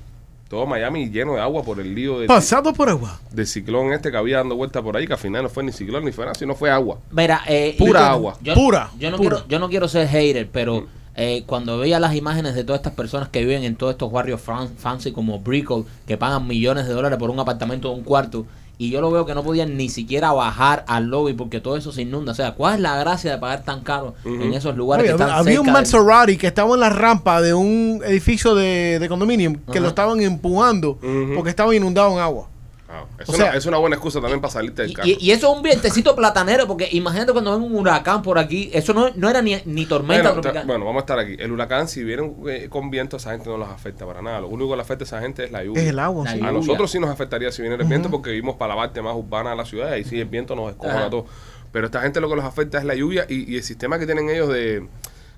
S1: Todo Miami lleno de agua por el lío del,
S5: Pasado por agua.
S1: del ciclón este que había dando vuelta por ahí, que al final no fue ni ciclón ni fue nada, sino fue agua.
S3: Mira, eh,
S1: Pura
S3: yo-
S1: agua. Mm.
S3: Yo,
S5: Pura,
S3: Yo no,
S5: pura.
S3: Quiero, yo no quiero ser hater, pero eh, cuando veía las imágenes de todas estas personas que viven en todos estos barrios fan- fancy como Brickell, que pagan millones de dólares por un apartamento de un cuarto, y yo lo veo que no podían ni siquiera bajar al lobby porque todo eso se inunda. O sea, ¿cuál es la gracia de pagar tan caro en esos lugares
S5: Oye,
S3: que están
S5: había un
S3: cerca ¿eh? de-
S5: Maserati que estaba en la rampa de un edificio de, de condominium que
S3: Ajá.
S5: lo estaban empujando
S1: Ujú.
S5: porque estaba inundado en agua.
S1: Ah, es,
S5: O
S1: una,
S5: sea-
S1: es una buena excusa también para salirte del
S3: Y-
S1: carro.
S3: Y, y eso es un vientecito platanero, porque imagínate cuando ven un huracán por aquí, eso no, no era ni, ni tormenta
S1: Bueno,
S3: tropical.
S1: ta- bueno, vamos a estar aquí. El huracán, si vienen eh, con viento, esa gente no los afecta para nada. Lo único que le afecta a esa gente es la lluvia.
S5: Es el agua.
S3: La
S5: sí.
S1: A
S3: lluvia.
S1: nosotros sí nos afectaría si viene el viento porque vivimos para la parte más urbana de la ciudad y sí, el viento nos escoja
S3: Ajá.
S1: a todos. Pero esta gente lo que los afecta es la lluvia y, y el sistema que tienen ellos de,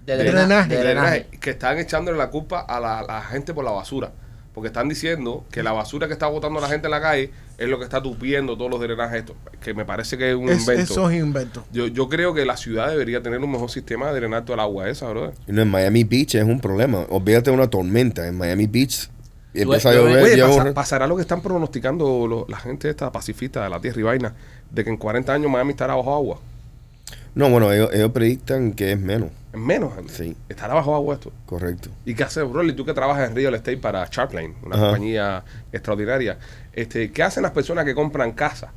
S3: de de
S5: drenaje.
S1: de- de
S3: drenaje.
S1: drenaje, que están echándole la culpa a la, a la gente por la basura. Porque están diciendo que la basura que está botando la gente en la calle es lo que está tupiendo todos los drenajes estos. Que me parece que es un
S5: Es-
S1: invento.
S5: eso es invento.
S1: Yo, yo creo que la ciudad debería tener un mejor sistema de drenar toda el agua esa, brother.
S6: No, en Miami Beach es un problema. Olvídate de una tormenta. En Miami Beach empieza a
S3: llueve.
S6: llover.
S1: Oye,
S6: ya
S1: pasa-
S6: borra-
S1: pasará lo que están pronosticando lo- la gente esta pacifista de la tierra y vaina, de que en 40 años Miami estará bajo agua.
S6: No, bueno, ellos, ellos predictan que es menos.
S1: En menos, gente.
S6: Sí.
S1: Estará bajo agua esto.
S6: Correcto.
S1: ¿Y qué hace, Rolly? Tú que trabajas en Real Estate para Charplane, una
S6: Ajá.
S1: compañía extraordinaria. Este, ¿Qué hacen las personas que compran casa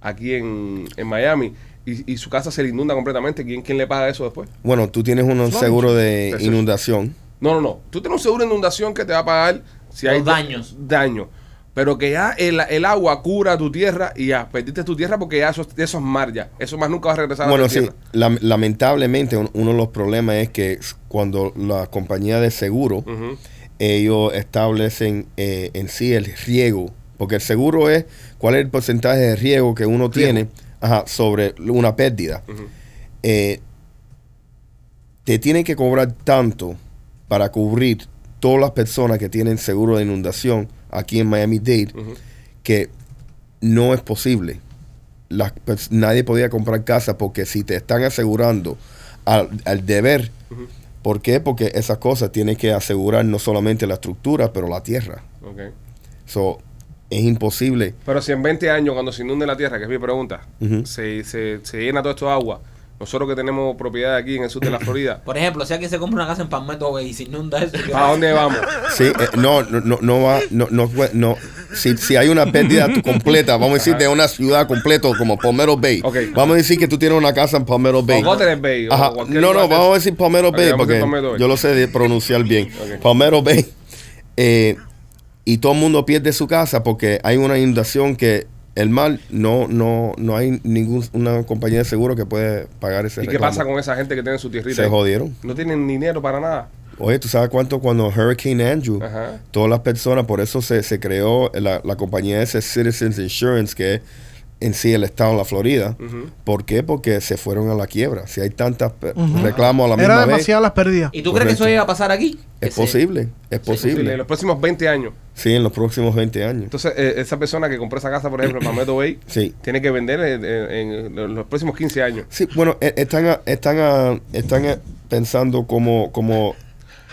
S1: aquí en, en Miami y, y su casa se le inunda completamente? ¿Quién, ¿Quién le paga eso después?
S6: Bueno, tú tienes un seguro de
S1: Eso es.
S6: inundación.
S1: No, no, no. Tú tienes un seguro de inundación que te va a pagar si
S3: Los
S1: hay
S3: daños.
S1: Daño. Pero que ya el, el agua cura tu tierra y ya perdiste tu tierra porque ya eso, eso es mar ya. Eso más nunca va a regresar a
S6: Bueno,
S1: tu
S6: sí,
S1: tierra.
S6: lam- lamentablemente un- uno de los problemas es que s- cuando la compañía de seguro,
S1: Ujú.
S6: ellos establecen eh, en sí el riego, porque el seguro es cuál es el porcentaje de riego que uno tiene ajá, sobre una pérdida.
S1: Ujú.
S6: Eh, te tienen que cobrar tanto para cubrir todas las personas que tienen seguro de inundación aquí en Miami Dade,
S1: Ujú.
S6: que no es posible. Las pers- nadie podía comprar casa porque si te están asegurando al, al deber, ¿por qué? Porque esas cosas tienen que asegurar no solamente la estructura, pero la tierra.
S1: Ok.
S6: So, es imposible.
S1: Pero si en 20 años, cuando se inunde la tierra, que es mi pregunta,
S6: Ujú.
S1: se, se- se llena todo esto de agua, nosotros que tenemos propiedad aquí en el sur de la Florida,
S3: Por ejemplo, si alguien se compra una casa en Palmetto Bay y se inunda eso, ¿qué
S1: ¿para
S3: pasa?
S1: dónde vamos?
S6: Sí, eh, no, no, no, no va, no, no, fue- no, si, si hay una pérdida tu- completa, vamos a decir, de una ciudad completa como Palmero Bay.
S1: Ok.
S6: Vamos a decir que tú tienes una casa en Palmero Bay.
S1: Guatemala Bay, o
S6: Ajá.
S1: cualquier
S6: No, no,
S1: lugar de-
S6: vamos a decir Palmero
S1: Ok,
S6: Bay
S1: vamos a
S6: porque
S1: decir Palmero Bay.
S6: yo lo sé de pronunciar bien.
S1: Ok.
S6: Palmero Bay. eh, y todo el mundo pierde su casa porque hay una inundación que el mal no no no hay ninguna compañía de seguro que puede pagar ese
S1: ¿Y qué
S6: reclamo.
S1: pasa con esa gente que tiene su tierrita?
S6: Se
S1: ahí?
S6: jodieron.
S1: No tienen dinero para nada.
S6: Oye, ¿tú sabes cuánto cuando Hurricane Andrew,
S1: Ajá.
S6: todas las personas, por eso se, se creó la, la compañía ese Citizens Insurance, que es en sí el estado de la Florida. ¿Por qué? Porque se fueron a la quiebra. Si hay tantas pe- reclamos a la
S5: Era
S6: misma vez, es
S5: demasiadas las pérdidas.
S3: ¿Y tú crees que eso
S6: Correcto.
S3: llega a pasar aquí? Que se-
S6: posible, es
S1: Posible, En
S6: posible.
S1: los próximos 20 años.
S6: Sí, en los próximos 20 años.
S1: Entonces, eh, esa persona que compró esa casa, por ejemplo, en Palmetto Bay,
S6: Sí.
S1: tiene que vender en, en- en los próximos 15 años.
S6: Sí, bueno, e- están, a- están, a- están a- pensando como, como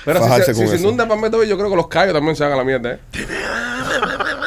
S1: Pero si
S6: Fajarse
S1: se, si
S6: con
S1: se
S6: eso.
S1: inunda Palmetto Bay, yo creo que los callos también se van a la mierda, ¿eh?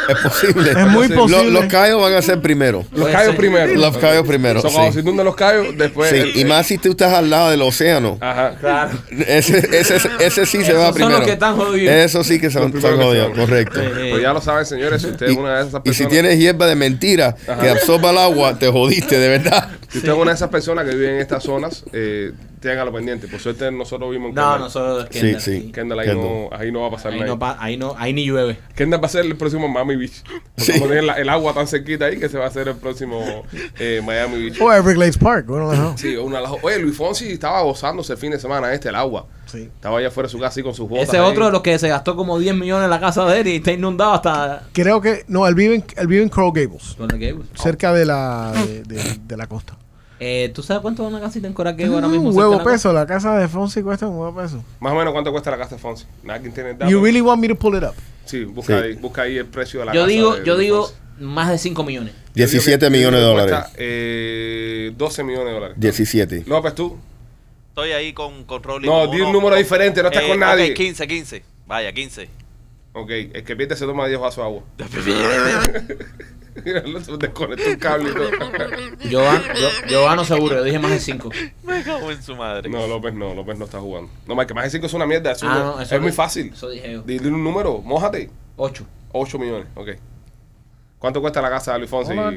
S6: es posible.
S5: Es muy
S6: Lo-
S5: posible.
S6: los callos van a ser primero.
S1: Los
S3: Puede
S1: callos
S3: ser.
S1: primero.
S6: Los callos primero.
S1: So, cuando se
S6: sí.
S1: inundan los callos, después...
S6: Sí,
S1: el-
S6: Y más si tú estás al lado del océano.
S1: Ajá.
S3: Claro.
S6: Ese, ese, ese sí se
S3: Esos
S6: va
S3: son
S6: primero.
S3: los que están jodidos.
S6: Eso sí que son,
S1: Los
S6: son
S1: primeros que
S6: jodidos,
S1: son.
S6: correcto.
S3: Eh,
S1: Pues ya lo saben, señores, si usted
S6: Y,
S1: es una de esas
S6: y
S1: personas...
S6: si tienes hierba de mentira que absorba el agua, te jodiste, de verdad.
S1: Si usted es una de esas personas que vive en estas zonas, eh, téngalo pendiente. Por suerte, nosotros vivimos en
S3: No,
S1: Kendall.
S3: no solo es
S6: Sí,
S3: Kendall.
S6: sí.
S3: sí.
S1: Kendall, ahí,
S6: Kendall.
S1: No, ahí no va a pasar
S3: Ahí
S1: nada.
S3: no, pa- ahí no, ahí ni llueve.
S1: Kendall va a ser el próximo Miami Beach. Porque
S6: Sí.
S1: como tiene la- el agua tan cerquita ahí que se va a hacer el próximo eh, Miami Beach.
S5: O Everglades Park, bueno, no.
S1: Sí, una de las- Oye, Luis Fonsi estaba gozándose el fin de semana este, el agua.
S5: Sí.
S1: Estaba allá afuera de su casa y con sus botas.
S3: Ese es
S1: ahí.
S3: otro de los que se gastó como 10 millones en la casa de él y está inundado hasta...
S5: Creo que, no, él vive en, él vive en Coral Gables,
S3: Coral Gables.
S5: cerca de la, de, de- de la costa.
S3: Eh, ¿Tú sabes cuánto es una casita en Coral Gables ahora mismo?
S5: Mm, Un
S3: cerca de
S5: huevo
S3: la
S5: peso, la casa de Fonsi cuesta un huevo peso.
S1: Más o menos, ¿cuánto cuesta la casa de Fonsi? Nadie tiene el dato.
S5: You really want me to pull it up?
S1: Sí, busca,
S6: Sí.
S1: Ahí, busca ahí el precio de la
S3: costa? Yo
S1: casa
S3: digo,
S1: de
S3: yo
S1: Luis
S3: digo
S1: Fonsi.
S3: más de 5 millones.
S1: Yo digo que-
S6: 17
S1: yo digo
S6: millones de
S1: que
S6: dólares.
S1: cuesta, eh, 12 millones de dólares.
S6: 17.
S1: López, tú.
S4: Estoy ahí con, con Rolly.
S1: No,
S4: como
S1: di un
S4: uno-
S1: número
S4: como-
S1: diferente, no estás
S4: Eh,
S1: con
S4: ok,
S1: nadie.
S4: 15, 15. Vaya, 15.
S1: Ok, el que pierde se toma 10 vasos de agua. Mira, el otro desconectó un cable y todo.
S3: Giovanni, yo, Giovanni seguro, yo dije más de 5.
S4: Me cago en su madre.
S1: No, López no, López no está jugando. No, más que más de 5 es una mierda. Eso no- es muy fácil.
S3: Ah, Eso dije yo.
S1: Dile un número, mójate.
S3: 8.
S1: 8 millones, ok. ¿Cuánto cuesta la casa de Luis Fonsi?
S5: Hola.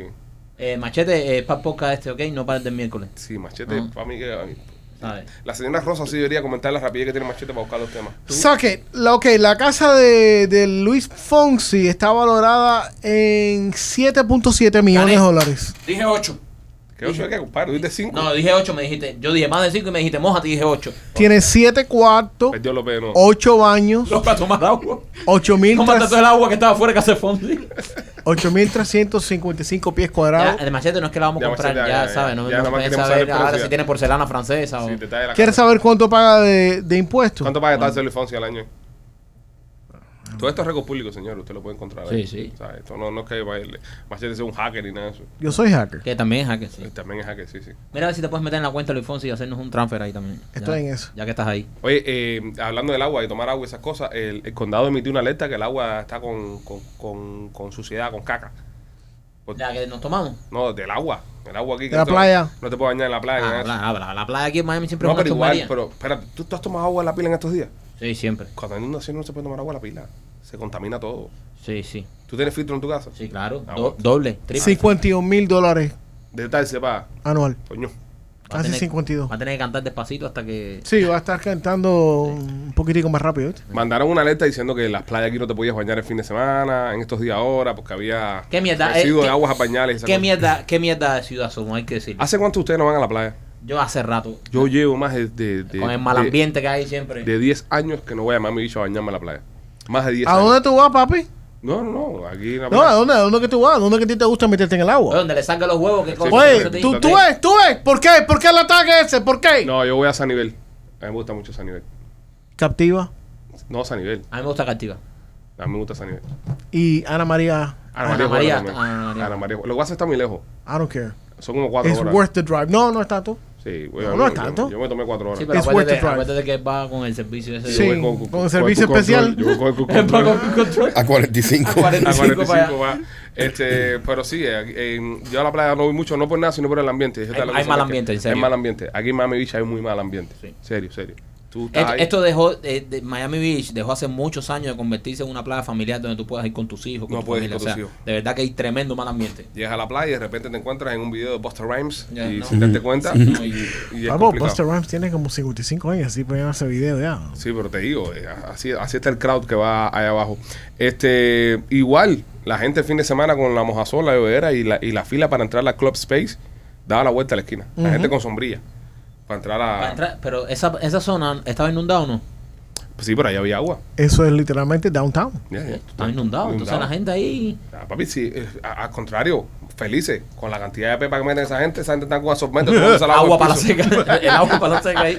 S3: Eh, machete, eh, para poca este, ¿ok? No para el del miércoles.
S1: Sí, machete,
S3: Ah.
S1: para mí que. a mí-
S3: ¿Sabes?
S1: La señora Rosa sí debería comentar la rapidez que tiene machete para buscar los temas.
S5: Suck it. La, ok, la casa de, de Luis Fonsi está valorada en 7.7 millones de
S3: Gané.
S5: dólares.
S3: Dije 8.
S1: ¿Qué ocho hay que comprar? ¿Diste 5?
S3: No, dije 8, me dijiste. Yo dije más de 5 y me dijiste moja, te dije 8.
S5: Tiene 7 cuartos,
S1: Perdió López, no.
S5: 8 baños,
S3: Loco, a tomar agua. Tómate todo
S5: 8.300
S3: el agua que estaba afuera que hace Fondi.
S5: 8.355 pies
S3: Ya,
S5: cuadrados.
S3: el machete no es que la vamos a
S1: Ya,
S3: comprar,
S1: machete, ya,
S3: ya,
S1: ya,
S3: sabes.
S1: ya.
S3: No,
S1: Ya,
S3: no
S1: nada más
S3: puedes
S1: queremos
S3: saber
S1: saber el
S3: ahora
S1: precio.
S3: si tiene porcelana francesa
S1: Sí,
S3: o.
S1: detalle de la
S5: ¿Quieres
S1: casa.
S5: saber cuánto paga de, de impuestos?
S1: ¿Cuánto paga el de Luis Fonsi al año? Todo esto es récord público, señor. Usted lo puede encontrar ahí.
S3: Sí, sí.
S1: O sea, esto no, no es que vaya- machete sea un hacker ni nada de eso.
S5: Yo soy hacker.
S3: Que también es hacker,
S1: Y
S3: sí.
S1: También es hacker, sí, sí.
S3: Mira a ver si te puedes meter en la cuenta de Luis Fonsi y hacernos un transfer ahí también. Ya-
S5: Estoy en eso.
S3: Ya que estás ahí.
S1: Oye, eh, hablando del agua y tomar agua y esas cosas, el, el condado emitió una alerta que el agua está con, con, con, con suciedad, con caca. Por-
S3: Ya que nos tomamos.
S1: No, del agua. El agua aquí. que
S5: De la
S1: no-
S5: playa.
S1: No te puedo bañar en la playa.
S3: Ah,
S1: ni nada de eso.
S3: la, la- la playa aquí en Miami siempre
S1: no,
S3: es una
S1: pero igual,
S3: tomaría.
S1: pero espérate, ¿tú, tú has tomado agua en la pila en estos días?
S3: Sí, siempre.
S1: Cuando hay inundación no se puede tomar agua en la pila. Se contamina todo.
S3: Sí, sí.
S1: ¿Tú tienes filtro en tu casa?
S3: Sí, claro.
S1: Ah,
S3: Do-
S1: bueno.
S3: doble, triple.
S5: 51 mil dólares
S1: De tal se va.
S5: anual.
S1: Coño.
S3: Va a
S5: Casi
S3: tener-
S5: 52.
S3: Va a tener que cantar despacito hasta que.
S5: Sí, va a estar cantando un poquitico más rápido. ¿viste?
S1: Mandaron una alerta diciendo que las playas aquí no te podías bañar el fin de semana, en estos días ahora, porque había
S3: ¿Qué mierda?
S1: residuos
S3: Eh,
S1: de
S3: ¿qué-
S1: aguas a pañales. y esas
S3: ¿Qué
S1: cosas.
S3: mierda, ¿Qué mierda de ciudad somos? Hay que decirlo.
S1: ¿Hace cuánto ustedes no van a la playa?
S3: Yo hace rato,
S1: Yo llevo más de, de, de-
S3: con el mal
S1: de-
S3: ambiente que hay siempre.
S1: de 10 años que no voy a Miami Beach a bañarme a la playa. Más de 10
S5: ¿A
S1: años.
S5: dónde tú vas, papi?
S1: No, no, no. Aquí en la
S5: No,
S1: playa.
S5: ¿a dónde, a dónde que tú vas? ¿A dónde que a ti te gusta meterte en el
S3: Oye,
S5: agua?
S3: donde le saca los huevos que come.
S5: Oye,
S3: Eso te-
S5: tú, tú ves, tú ves. ¿Por qué? ¿Por qué el ataque ese? ¿Por qué?
S1: No, yo voy a San Nivel. A mí me gusta mucho San Nivel.
S5: Captiva
S1: No, San Nivel.
S3: A mí me gusta Captiva.
S1: A mí me gusta San Nivel.
S5: y Ana María.
S1: Ana,
S3: Ah, Ana
S1: María.
S3: María,
S1: es buena también.
S3: Ana María.
S1: Ana María. Lo que pasa es que está muy lejos.
S5: I don't care.
S1: Son como 4
S5: It's
S1: horas.
S5: worth the drive. No, no está tú.
S1: Sí, güey,
S5: No,
S1: yo-
S5: no es
S1: yo-
S5: tanto.
S1: Yo, me tomé 4 horas.
S3: Sí, pero
S5: It's worth the
S3: acuérdate,
S5: drive.
S3: acuérdate que va con el servicio ese.
S5: Sí.
S1: Yo
S3: de-
S1: voy
S5: con
S1: el
S5: servicio
S1: Cook Control,
S5: especial.
S1: Yo voy con el Cook
S3: Es
S1: Control.
S3: para con control.
S6: A 45.
S1: A 45
S3: para allá.
S1: va. Este, pero sí, eh, en- yo a la playa no voy mucho, no por nada, sino por el ambiente. Esa es
S3: Hay-
S1: la cosa
S3: hay mal
S1: más que-
S3: ambiente, en serio.
S1: Hay mal ambiente. Aquí en Miami Beach hay muy mal ambiente.
S3: Sí.
S1: Serio, serio. Tú estás
S3: Esto,
S1: ahí.
S3: esto dejó, eh, de- Miami Beach dejó hace muchos años de convertirse en una playa familiar donde tú puedas ir con tus hijos, con
S1: No
S3: tu
S1: puedes ir
S3: familia. o sea,
S1: con tus hijos.
S3: de verdad que hay tremendo mal ambiente.
S1: Llegas a la playa y de repente te encuentras en un video de Buster Rhymes
S3: Ya,
S1: y
S3: no.
S1: sin darte cuenta.
S3: No,
S1: y,
S3: y-
S1: y es
S5: Papo,
S1: complicado.
S5: Buster Rhymes tiene como 55 años, así pueden hacer video ya.
S1: Sí, pero te digo, eh, así, así está el crowd que va allá abajo. Este, igual, la gente el fin de semana con la mojasola, la bebedera y la, y la fila para entrar a la Club Space daba la vuelta a la esquina. La gente con sombrilla. Para entrar a.
S3: Para entrar- pero esa, esa zona estaba inundada o no?
S1: Pues sí, pero allá había agua.
S5: Eso es literalmente downtown.
S1: Ya, ya.
S3: Estaba inundado. Entonces la gente ahí.
S1: Ah, papi, sí, eh, a- al contrario, felices con la cantidad de pepa que meten esa gente, esa gente está con absorbentes. tomándose el
S3: Agua
S1: del
S3: para la
S1: piso.
S3: seca. El agua para la seca ahí.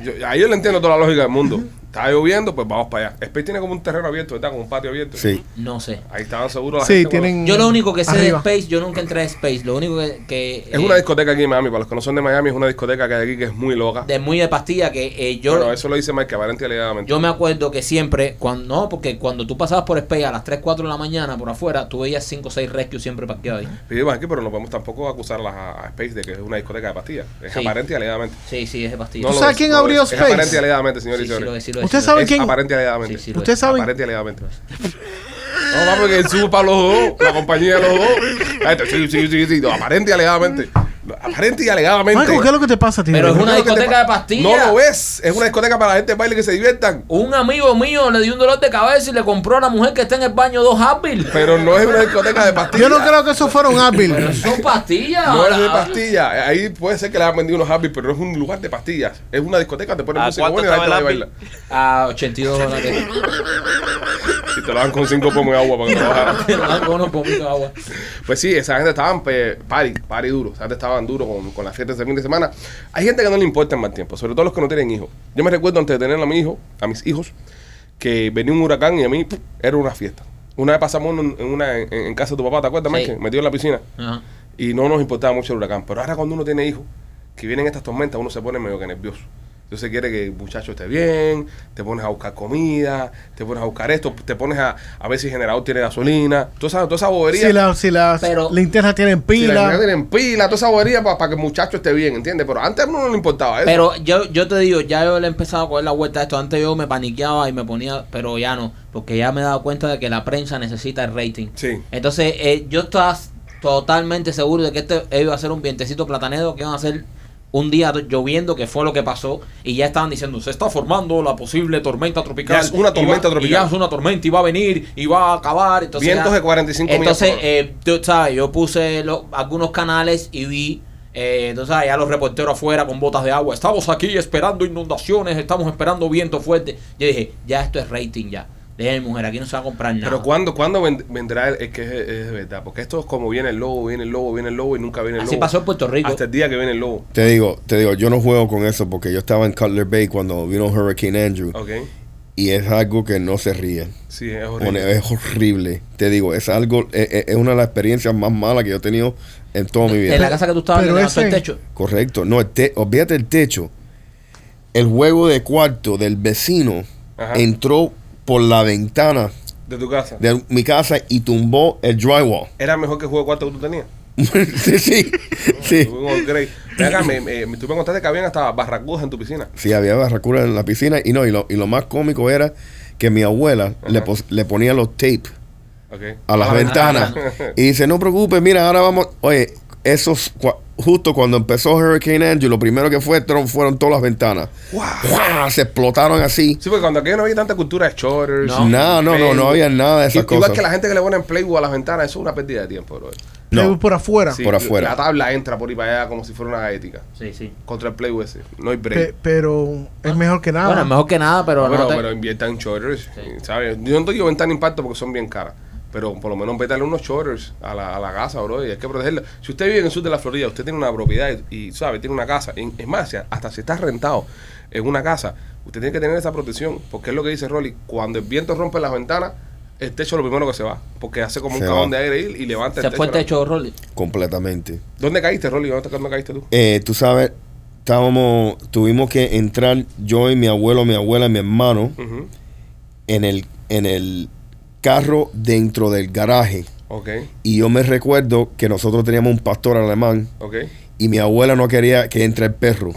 S1: Yo, ahí yo le entiendo toda la lógica del mundo. Está lloviendo, pues vamos para allá. Space tiene como un terreno abierto, ¿verdad? Como un patio abierto.
S6: Sí.
S3: No sé.
S1: Ahí estaban seguros la
S5: Sí,
S1: gente cuando-
S5: tienen.
S3: Yo lo único que sé
S5: arriba.
S3: de Space, yo nunca entré a Space. Lo único que. que,
S1: Es una
S3: eh,
S1: discoteca aquí en Miami. Para los que no son de Miami, es una discoteca que hay aquí que es muy loca.
S3: De muy de pastilla que eh, yo.
S1: Pero eso lo dice Mike Valenti alegadamente.
S3: Yo me acuerdo que siempre, cuando, no, porque cuando tú pasabas por Space a las 3, 4 de la mañana por afuera, tú veías 5 o 6 rescues siempre parqueados ahí.
S1: Pedimos aquí, pero no podemos tampoco acusarlas a, a Space de que es una discoteca de pastillas. Es
S3: Sí.
S1: aparente y alegadamente.
S3: Sí, sí, es de pastilla.
S1: No
S5: ¿Tú
S1: lo
S5: sabes
S1: es,
S5: quién
S1: no lo
S5: abrió
S1: es.
S5: Space?
S1: Es aparente y alegadamente,
S3: sí,
S1: señores
S3: sí, lo es, sí, lo es,
S5: ¿Usted
S3: sí, lo
S5: sabe
S3: es.
S1: Es
S5: quién?
S1: aparente y alegadamente.
S3: Sí, sí, lo
S5: Ustedes
S3: es.
S5: saben.
S1: Aparente y alegadamente. No, va porque el sub para los dos, la compañía de los dos. La gente, sí, sí, sí, sí. No, aparente y alegadamente. Aparente y alegadamente.
S5: Michael, ¿qué es lo que te pasa a ti?
S3: Pero es
S5: Michael?
S3: una
S1: No lo que te
S3: discoteca
S1: pa-
S3: de pastillas.
S1: No lo es. Es una discoteca para la gente baile que se diviertan.
S3: Un amigo mío le dio un dolor de cabeza y le compró a la mujer que está en el baño dos Advil.
S1: Pero no es una discoteca de pastillas.
S5: Yo no creo que eso fuera un Advil.
S3: Pero son pastillas.
S1: No es de
S3: Ahora-
S1: pastillas. Ahí puede ser que le hayan vendido unos happy, pero no es un lugar de pastillas. Es una discoteca, te
S3: Ah,
S1: ponen
S4: ¿A
S1: música
S4: cuánto
S1: buena y la gente
S4: estaba
S1: va y
S4: el
S1: baila.
S3: A 82 dólares.
S1: Y te lo dan con cinco pomos de agua para que lo bajaran.
S3: Te lo dan con unos pomitos de agua.
S1: Pues sí, esa gente estaban pe, party, party duro. Esa gente estaban duro con, con las fiestas de fin de semana. Hay gente que no le importa el mal tiempo, sobre todo los que no tienen hijos. Yo me recuerdo antes de tener a mi hijo, a mis hijos, que venía un huracán y a mí pff, era una fiesta. Una vez pasamos en, en una, en, en casa de tu papá, ¿te acuerdas,
S3: Sí.
S1: Mike? Metido en la piscina.
S3: Ajá.
S1: y no nos importaba mucho el huracán. Pero ahora cuando uno tiene hijos, que vienen estas tormentas, uno se pone medio que nervioso. Entonces quiere que el muchacho esté bien, te pones a buscar comida, te pones a buscar esto, te pones a, a ver si el generador tiene gasolina, toda esa, toda esa bobería.
S5: Si, la, si las
S3: Pero-
S5: linternas tienen
S1: Si la
S5: pila.
S1: generador tiene en pila, toda esa bobería para, que el muchacho esté bien, ¿entiendes? Pero antes a uno no le importaba eso.
S3: Pero yo, yo te digo, ya yo le he empezado a coger la vuelta a esto. Antes yo me paniqueaba y me ponía, pero ya no, porque ya me he dado cuenta de que la prensa necesita el rating.
S1: Sí.
S3: Entonces, eh, yo estaba totalmente seguro de que este iba a ser un vientecito platanedo, que iba a ser un día lloviendo, que fue lo que pasó, y ya estaban diciendo, se está formando la posible tormenta tropical.
S1: Ya es una
S3: y va-
S1: tormenta
S3: y
S1: tropical.
S3: ya es una tormenta y va a venir y va a acabar. Entonces,
S1: Vientos
S3: ya-
S1: de 45 millas
S3: Entonces,
S1: por hora.
S3: eh, tú sabes, yo puse lo- algunos canales y vi, eh, tú sabes, ya los reporteros afuera con botas de agua. Estamos aquí esperando inundaciones, estamos esperando viento fuerte. Yo dije, ya esto es rating ya. Le dije, mujer, aquí no se va a comprar nada.
S1: Pero ¿cuándo, cuándo vend- vendrá el, es que es, es de verdad? Porque esto es como viene el lobo, viene el lobo, viene el lobo y nunca viene el
S3: Así
S1: lobo.
S3: pasó en Puerto Rico.
S1: Hasta el día que viene el lobo.
S6: Te digo, te digo, yo no juego con eso porque yo estaba en Cutler Bay cuando vino Hurricane Andrew
S1: ¿Ok?
S6: y es algo que no se ríe.
S1: Sí, es
S6: Bueno,
S1: horrible.
S6: Es horrible. Te digo, es algo, es, es- es una de las experiencias más malas que yo he tenido en toda mi vida.
S3: En la casa que tú estabas,
S5: Pero
S3: que levantó el
S5: ese-
S3: techo.
S6: Correcto. No, el te- olvídate el techo. El juego de cuarto del vecino
S1: Ajá.
S6: entró por la ventana
S1: De tu casa.
S6: de mi casa y tumbó el drywall.
S1: Era mejor que el juego de cuarto que tú tenías.
S6: sí, sí, sí.
S1: Tuve un upgrade. Ven acá, me, me- me- tú me contaste que habían hasta barracudas en tu piscina.
S6: Sí, había barracuda en la piscina y no, y lo, y lo más cómico era que mi abuela le,
S1: Ajá.
S6: pos- le ponía los tape
S1: Ok.
S6: a las
S3: Ah.
S6: ventanas y dice, no preocupes, mira, ahora vamos, oye, esos, cua- justo cuando empezó Hurricane Andrew, lo primero que fue, tron- fueron todas las ventanas. ¡Guau! Se explotaron así.
S1: Sí, porque cuando aquello no había tanta cultura de shorters.
S3: No.
S6: No, no, no, no había nada de esas
S1: Igual Igual
S6: cosas.
S1: que la gente que le ponen Playboy a las ventanas, eso es una pérdida de tiempo, bro.
S5: le voy
S6: No,
S5: por afuera.
S1: Sí,
S6: Por afuera.
S1: La tabla entra por ahí para allá como si fuera una gaética.
S3: Sí, sí.
S1: Contra el Playboy ese. No hay break.
S5: Pe- pero es mejor que nada.
S3: Bueno, mejor que nada, pero,
S1: pero,
S3: no te-
S1: pero inviertan en shorters, eh, ¿sabes? Yo no te digo ventana impacto porque son bien caras. Pero por lo menos vétale unos shorters a la, a la casa, bro. Y hay que protegerla. Si usted vive en el sur de la Florida, usted tiene una propiedad y, y, ¿sabe? Tiene una casa. Y es más, si- hasta si está rentado en una casa, usted tiene que tener esa protección. Porque es lo que dice Rolly. Cuando el viento rompe las ventanas, el techo es lo primero que se va. Porque hace como
S6: Se
S1: un cajón
S6: va.
S1: de aire y, y levanta
S3: se
S1: el techo.
S3: fue el techo, Rolly.
S6: completamente.
S1: ¿Dónde caíste, Rolly? ¿Dónde, dónde caíste tú?
S6: Eh, tú sabes, estábamos, tuvimos que entrar yo y mi abuelo, mi abuela y mi hermano
S1: Ujú.
S6: en el, en el carro dentro del garaje.
S1: Ok,
S6: Y yo me recuerdo que nosotros teníamos un pastor alemán
S1: ok.
S6: y mi abuela no quería que entre el perro.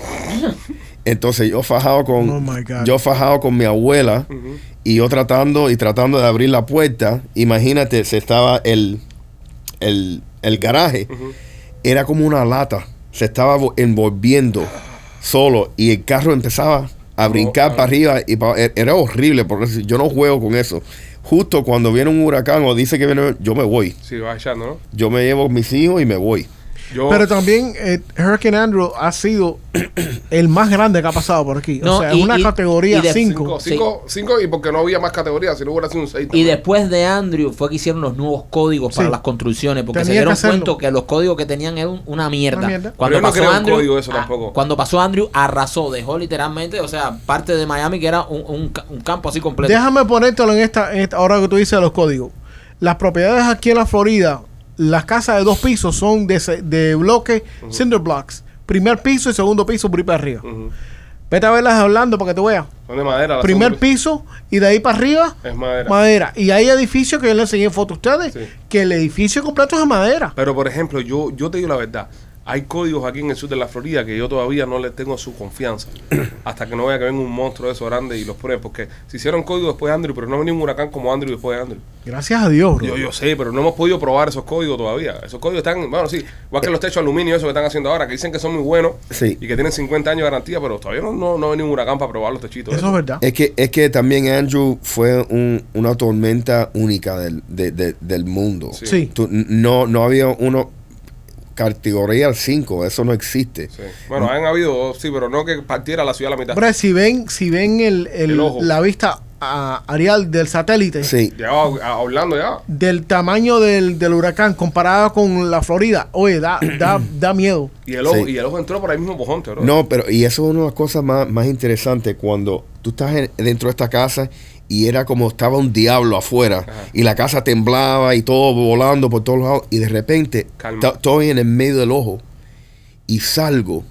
S6: Entonces yo fajado con
S5: Oh, my God.
S6: yo fajado con mi abuela y yo tratando y tratando de abrir la puerta, imagínate, se estaba el el, el garaje era como una lata, se estaba vo- envolviendo solo y el carro empezaba a brincar para arriba y pa- e- era horrible porque si- yo no juego con eso. Justo cuando viene un huracán o dice que viene, yo me voy.
S1: Sí, vas echando, ¿no?
S6: Yo me llevo mis hijos y me voy.
S1: Yo,
S5: Pero también eh, Hurricane Andrew ha sido el más grande que ha pasado por aquí.
S3: No,
S5: o sea, es
S3: y-
S5: una
S3: y-
S5: categoría
S3: y de
S5: 5.
S1: cinco, cinco, cinco, y porque no había más categorías, si no hubiera sido un seis.
S3: Y
S1: también.
S3: después de Andrew fue que hicieron los nuevos códigos para
S5: Sí.
S3: las construcciones, porque
S5: Tenía
S3: se dieron
S5: que hacerlo.
S3: cuenta que los códigos que tenían eran una mierda.
S5: Una mierda.
S3: Cuando
S1: Pero yo no
S3: pasó
S1: creo en
S3: Andrew,
S1: código eso
S3: ah,
S1: tampoco.
S3: cuando pasó Andrew arrasó, dejó literalmente, o sea, parte de Miami que era un, un ca- un campo así completo.
S5: Déjame ponértelo en esta, en esta- ahora que tú dices de los códigos. Las propiedades aquí en la Florida, las casas de dos pisos son de, ce- de bloques, cinder blocks. Primer piso y segundo piso por ahí para arriba.
S1: Ujú. Ah,
S5: Vete a verlas hablando para que te veas.
S1: Son Eh, de madera. las
S5: Primer
S1: son-
S5: piso y de ahí para arriba,
S1: Es madera.
S5: madera. Y hay edificios que yo les enseñé fotos a ustedes,
S1: Sí.
S5: que el edificio completo es de madera.
S1: Pero por ejemplo, yo, yo te digo la verdad. Hay códigos aquí en el sur de la Florida que yo todavía no les tengo su confianza. hasta que no vea que venga un monstruo de esos grandes y los pruebe. Porque se hicieron códigos después de Andrew, pero no venía un huracán como Andrew después de Andrew.
S5: Gracias a Dios, bro.
S1: Yo, yo sé, pero no hemos podido probar esos códigos todavía. Esos códigos están, bueno, sí, igual que los techos de aluminio, eso que están haciendo ahora, que dicen que son muy buenos
S6: Sí.
S1: y que tienen 50 años de garantía, pero todavía no, no, no ha venido un huracán para probar los techitos. ¿eh?
S5: Eso es verdad.
S6: Es que, es que también Andrew fue un- una tormenta única del, de- de- del mundo.
S1: Sí.
S5: Sí.
S6: Tú- no, no había uno categoría 5, eso no existe.
S1: Sí. Bueno, han habido, sí, pero no que partiera la ciudad a la mitad.
S5: Hombre, si ven, si ven el, el-
S1: El ojo.
S5: la vista a- aerial del satélite,
S6: Sí.
S1: Llegaba a- a Orlando ya.
S5: del tamaño del, del huracán comparado con la Florida, oye, da, da, da miedo.
S1: Y el ojo,
S6: Sí.
S1: y el ojo entró por ahí mismo bojonte, bro.
S6: No, pero y eso es una de las cosas más, más interesantes cuando tú estás en- dentro de esta casa y era como estaba un diablo afuera y la casa temblaba y todo volando por todos lados y de repente
S1: Calma.
S6: to- estoy en el medio del ojo y salgo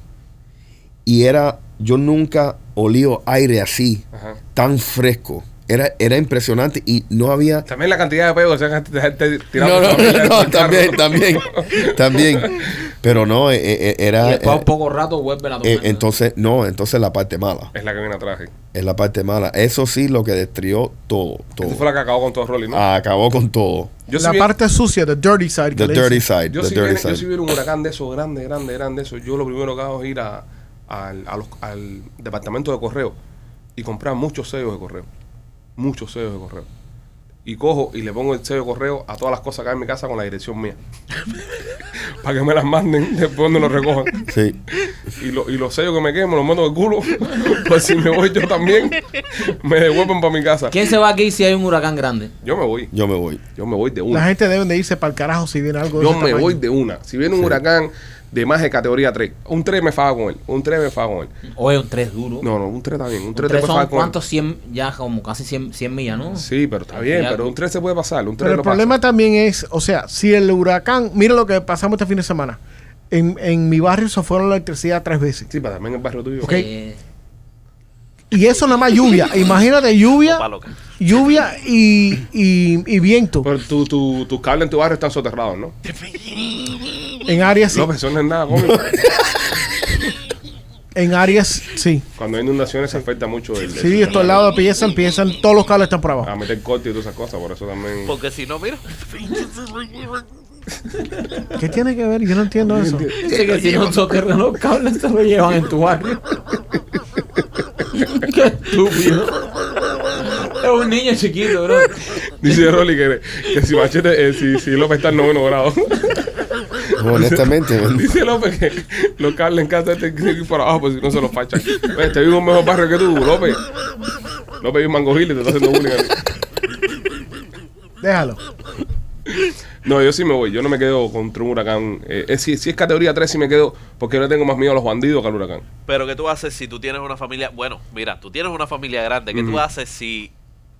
S6: y era yo nunca olío aire así
S1: Ajá.
S6: tan fresco era era impresionante y no había
S1: También la cantidad de pegos que se han de gente
S6: no,
S1: tirando
S6: no,
S1: familia
S6: no,
S1: del carro.
S6: también, también, también. Pero no, eh, eh,
S3: y
S6: era.
S3: después a
S6: eh,
S3: poco rato vuelve la
S6: eh,
S3: tormenta.
S6: entonces, no, entonces la parte mala.
S1: Es la que viene atrás. ¿eh?
S6: Es la parte mala. Eso sí, lo que destruyó todo. todo. Ah.
S1: Esta fue la que acabó con todo Rolly, ¿no?
S6: Acabó con todo.
S1: Yo
S5: la
S1: sí vi-
S5: parte sucia, the dirty side. que
S6: The
S5: le dicen.
S6: dirty side.
S1: Yo
S6: the
S1: si,
S6: dirty
S1: viene, yo
S6: side.
S1: si viera un huracán de esos, grande, grande, grande, eso, yo lo primero que hago es ir a, al, a los- al departamento de correo y comprar muchos sellos de correo. Muchos sellos de correo. Y cojo y le pongo el sello de correo a todas las cosas que hay en mi casa con la dirección mía. Para que me las manden después donde los recojan.
S6: Sí.
S1: Y, lo- y los sellos que me queden me los mando de culo. Pues si me voy yo también, me devuelven para mi casa.
S3: ¿Quién se va aquí si hay un huracán grande?
S1: Yo me voy.
S6: Yo me voy.
S1: Yo me voy de una.
S5: La gente debe de irse para el carajo si viene algo de
S1: Yo
S5: ese
S1: me
S5: tamaño.
S1: voy de una. Si viene un huracán de más de categoría 3, un 3 me faga con él. Un 3 me faga con él.
S3: Oye, un 3 duro.
S1: No, no, un 3 está bien. Un
S3: un
S1: 3
S3: 3,
S1: te puede
S3: son
S1: fagar con
S3: cuántos 100, ya como casi 100, 100 millas, ¿no?
S1: él. Sí, pero está bien.
S3: Ya.
S1: Pero un 3 se puede pasar. Un 3
S5: Pero el problema también es, o sea, si el huracán, mira lo que pasamos este fin de semana. En, en mi barrio se fueron la electricidad tres veces.
S1: Sí, pero también el barrio tuyo.
S5: Ok.
S3: Eh,
S5: Y eso nada más lluvia. Imagínate lluvia,
S4: Opa, loca.
S5: lluvia y, y, y viento
S1: Pero tu, tu, tus cables en tu barrio están soterrados, ¿no?
S5: en áreas sí.
S1: López, eso no es nada cómico.
S5: En áreas sí.
S1: Cuando hay inundaciones se afecta mucho el.
S5: Sí, esto al lado de pieza empiezan, todos los cables están por abajo.
S1: A meter corte y todas esas cosas. Por eso también.
S4: Porque si no, mira.
S5: ¿Qué tiene que ver? Yo no entiendo eso.
S3: Dice que si no soterran los cables se lo llevan en tu barrio. Qué estúpido. Es un niño chiquito, bro.
S1: Dice Rolly que, que si Machete, eh, si, si López está en noveno grado.
S6: Honestamente.
S1: Dice López que los cables en casa tienen que ir por abajo, pues si no se los fachan. Oye, te vivo en un mejor barrio que tú, López. López vive en Mango Hill y te está haciendo bullying. a ti.
S5: Déjalo.
S1: No, yo sí me voy. Yo no me quedo contra un huracán. Eh, eh, si, si es categoría 3, sí me quedo. Porque yo le tengo más miedo a los bandidos que al huracán.
S4: Pero ¿qué tú haces si tú tienes una familia? Bueno, mira, tú tienes una familia grande. ¿Qué tú haces si,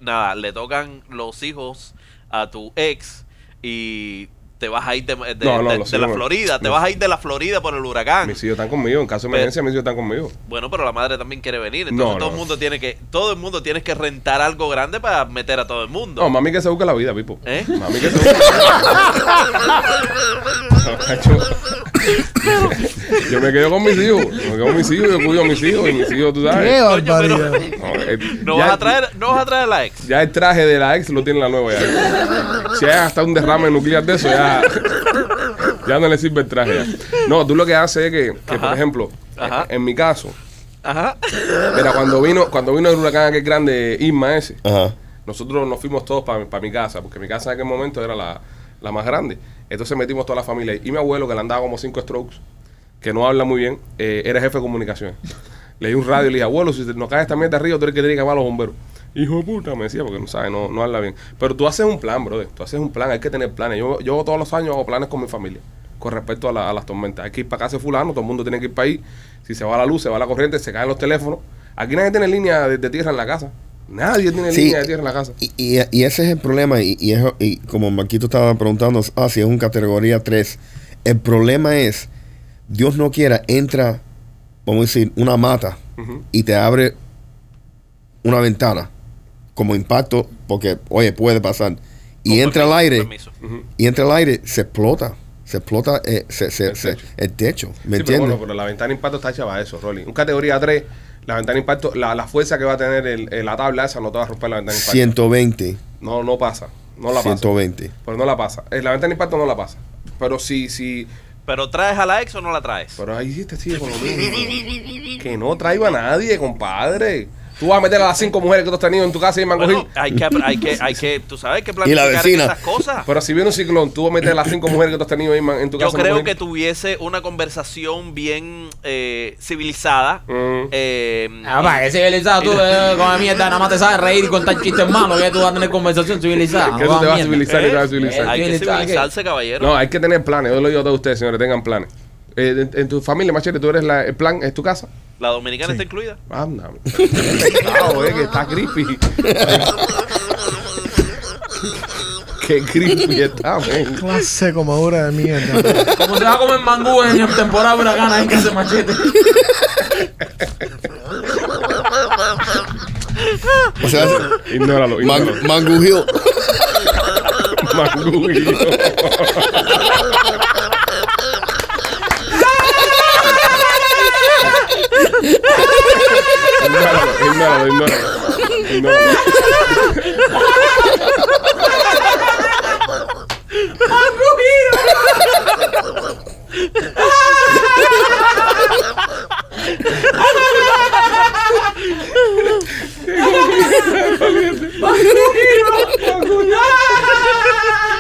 S4: nada, le tocan los hijos a tu ex y te vas a ir de, de-
S1: No, no,
S4: de-
S1: los
S4: de la
S1: hijos-
S4: Florida, te
S1: no.
S4: vas a ir de la Florida por el huracán.
S1: Mis hijos están conmigo. En caso de
S4: Pero-
S1: emergencia, mis hijos están conmigo.
S4: Bueno, pero la madre también quiere venir, entonces
S1: No,
S4: todo
S1: no.
S4: el mundo tiene que todo el mundo tienes que rentar algo grande para meter a todo el mundo.
S1: No, mami que se busca la vida, Pipo.
S4: ¿Eh?
S1: Mami que se busca la vida. Yo me quedo con mis hijos. Yo me quedo con mis hijos. Yo cuido a mis hijos. Y mis hijos, tú
S5: Qué
S1: sabes.
S4: Coño, pero-
S5: barbaridad.
S1: No, eh,
S4: no
S1: ya-
S4: vas a traer, no vas a traer a la ex.
S1: Ya el traje de la ex lo tiene la nueva ya. Si hay hasta un derrame nuclear de eso, ya, ya no le sirve el traje. ya. No, tú lo que haces es que, que, por
S4: Ajá.
S1: ejemplo,
S4: Ajá.
S1: en mi caso,
S4: Ajá.
S1: mira, cuando vino, cuando vino el huracán aquel grande Irma ese,
S6: Ajá.
S1: nosotros nos fuimos todos para mi casa, porque mi casa en aquel momento era la, la más grande. Entonces metimos toda la familia ahí. Y mi abuelo, que le andaba como cinco strokes, que no habla muy bien, eh, era jefe de comunicaciones. Le di un radio y le dije, abuelo, si te- nos caes esta mierda arriba, tú eres el que tiene que llamar a los bomberos. Hijo de puta, me decía, porque no sabe, no, no habla bien. Pero tú haces un plan, brother. Tú haces un plan, hay que tener planes. Yo, yo todos los años hago planes con mi familia con respecto a, la- a las tormentas. Hay que ir para casa de fulano, todo el mundo tiene que ir para ahí. Si se va la luz, se va la corriente, se caen los teléfonos. Aquí nadie tiene línea de, de tierra en la casa. Nadie tiene
S6: Sí.
S1: línea de tierra en la casa.
S6: Y, y- y ese es el problema, y, y, es- y como Marquito estaba preguntando, ah, si es un categoría 3, el problema es, Dios no quiera, entra, vamos a decir, una mata
S1: Ujú.
S6: y te abre una ventana como impacto, porque, oye, puede pasar, y
S4: Con
S6: entra
S4: permiso,
S6: al aire,
S4: permiso.
S6: y entra al aire, se explota, se explota eh, se- se-
S1: El
S6: se-
S1: techo.
S6: el techo, ¿me
S1: Sí, pero
S6: entiendes?
S1: bueno, pero la ventana de impacto está hecha para eso, Rolly. Un categoría 3, la ventana de impacto, la, la fuerza que va a tener el- el- la tabla esa no te va a romper la ventana de impacto.
S6: 120,
S1: No, no pasa. No la pasa.
S6: 120.
S1: Pero no la pasa. Eh, La ventana de impacto no la pasa. Pero si, si.
S4: Pero traes a la ex o no la traes.
S1: Pero ahí sí te sigue con lo mismo. Que no traigo a nadie, compadre. Tú vas a meter a las cinco mujeres que tú has tenido en tu casa y me han
S4: Bueno,
S1: cogido.
S4: hay que, hay que, hay que, tú sabes que
S6: la
S4: planificar
S6: vecina.
S4: esas cosas.
S1: Pero si viene un ciclón, tú vas a meter a las cinco mujeres que tú has tenido Irma, en tu
S4: Yo
S1: casa.
S4: creo
S1: mujer.
S4: que tuviese una conversación bien eh, civilizada.
S1: Mm.
S4: eh,
S3: Ah, va, que civilizado tú eh, con la mierda, nada más te sabes reír y contar chistes malos, que tú vas a tener conversación civilizada.
S1: Que tú
S3: joda
S1: te vas a
S3: mierda.
S1: civilizar y te vas a
S4: eh,
S1: civilizar.
S4: hay que
S3: Civilizar, ¿qué?
S4: civilizarse, caballero.
S1: No, hay que tener planes. Yo lo digo a todos ustedes, señores, tengan planes. Eh, en, en tu familia, Machete, tú eres la, el plan, es tu casa.
S4: La dominicana está incluida.
S1: Anda. Claro, eh, que está creepy. Qué creepy está, men.
S5: Clase de comadura de mierda.
S3: Como se va a comer mangú en temporada de huracán, hay que hacer machete.
S6: O sea,
S1: Ignóralo, ignóralo.
S6: Man- Mango Hill.
S1: Mangullo. Ignóralo, ignóralo, ignóralo. Ignóralo.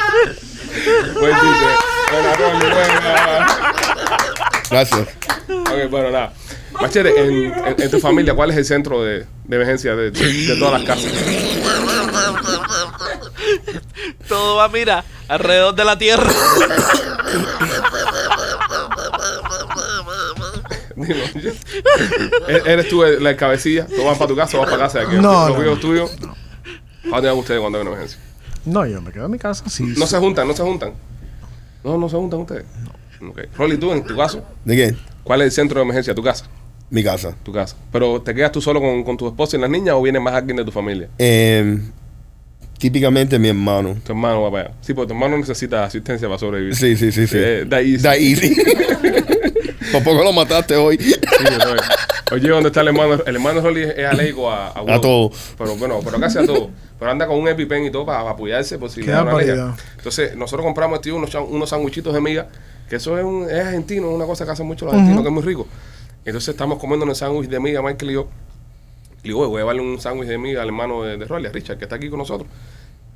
S1: Buen chiste. Buena, Rolly, buena.
S6: Gracias.
S1: Ok, bueno, nada. Machete, en, en- en tu familia, ¿cuál es el centro de, de emergencia de, de- de todas las casas?
S4: Todo va, mira, alrededor de la tierra.
S1: Digo, ¿e- ¿Eres tú el- la cabecilla? ¿Tú vas para tu casa o vas para casa de aquí?
S5: No,
S1: ¿Los
S5: no.
S1: hijos tuyos? ¿A dónde van ustedes cuando hay una emergencia?
S5: No, yo me quedo en mi casa. Sí,
S1: No se juntan, no se juntan. No, no se juntan ustedes. Ok. Rolly, tú, en tu caso,
S6: ¿De qué?
S1: ¿cuál es el centro de emergencia? Tu casa.
S6: Mi casa.
S1: Tu casa. ¿Pero te quedas tú solo con, con tu esposa y las niñas o viene más alguien de tu familia?
S6: Eh, típicamente mi hermano.
S1: Tu hermano va para allá. Sí, porque tu hermano necesita asistencia para sobrevivir.
S6: Sí, sí, sí, sí.
S1: Eh, da easy.
S6: Da easy. Por poco lo mataste hoy.
S1: Sí, eso es. Oye, ¿dónde está el hermano? El hermano Rolly es, es alérgico a, huevos.
S6: todo.
S1: Pero bueno, pero casi a todo. Pero anda con un EpiPen y todo para, apoyarse por si
S5: Qué
S1: le da una alergia.
S5: barbaridad.
S1: Entonces, nosotros compramos tío, unos, chan- unos sandwichitos de miga, que eso es, un, es argentino, es una cosa que hacen mucho los argentinos, que es muy rico. Entonces, estamos comiendo un sándwich de miga, Michael y yo. Le digo, "Oye, voy a llevarle un sándwich de miga al hermano de, de Rolly, a Richard, que está aquí con nosotros.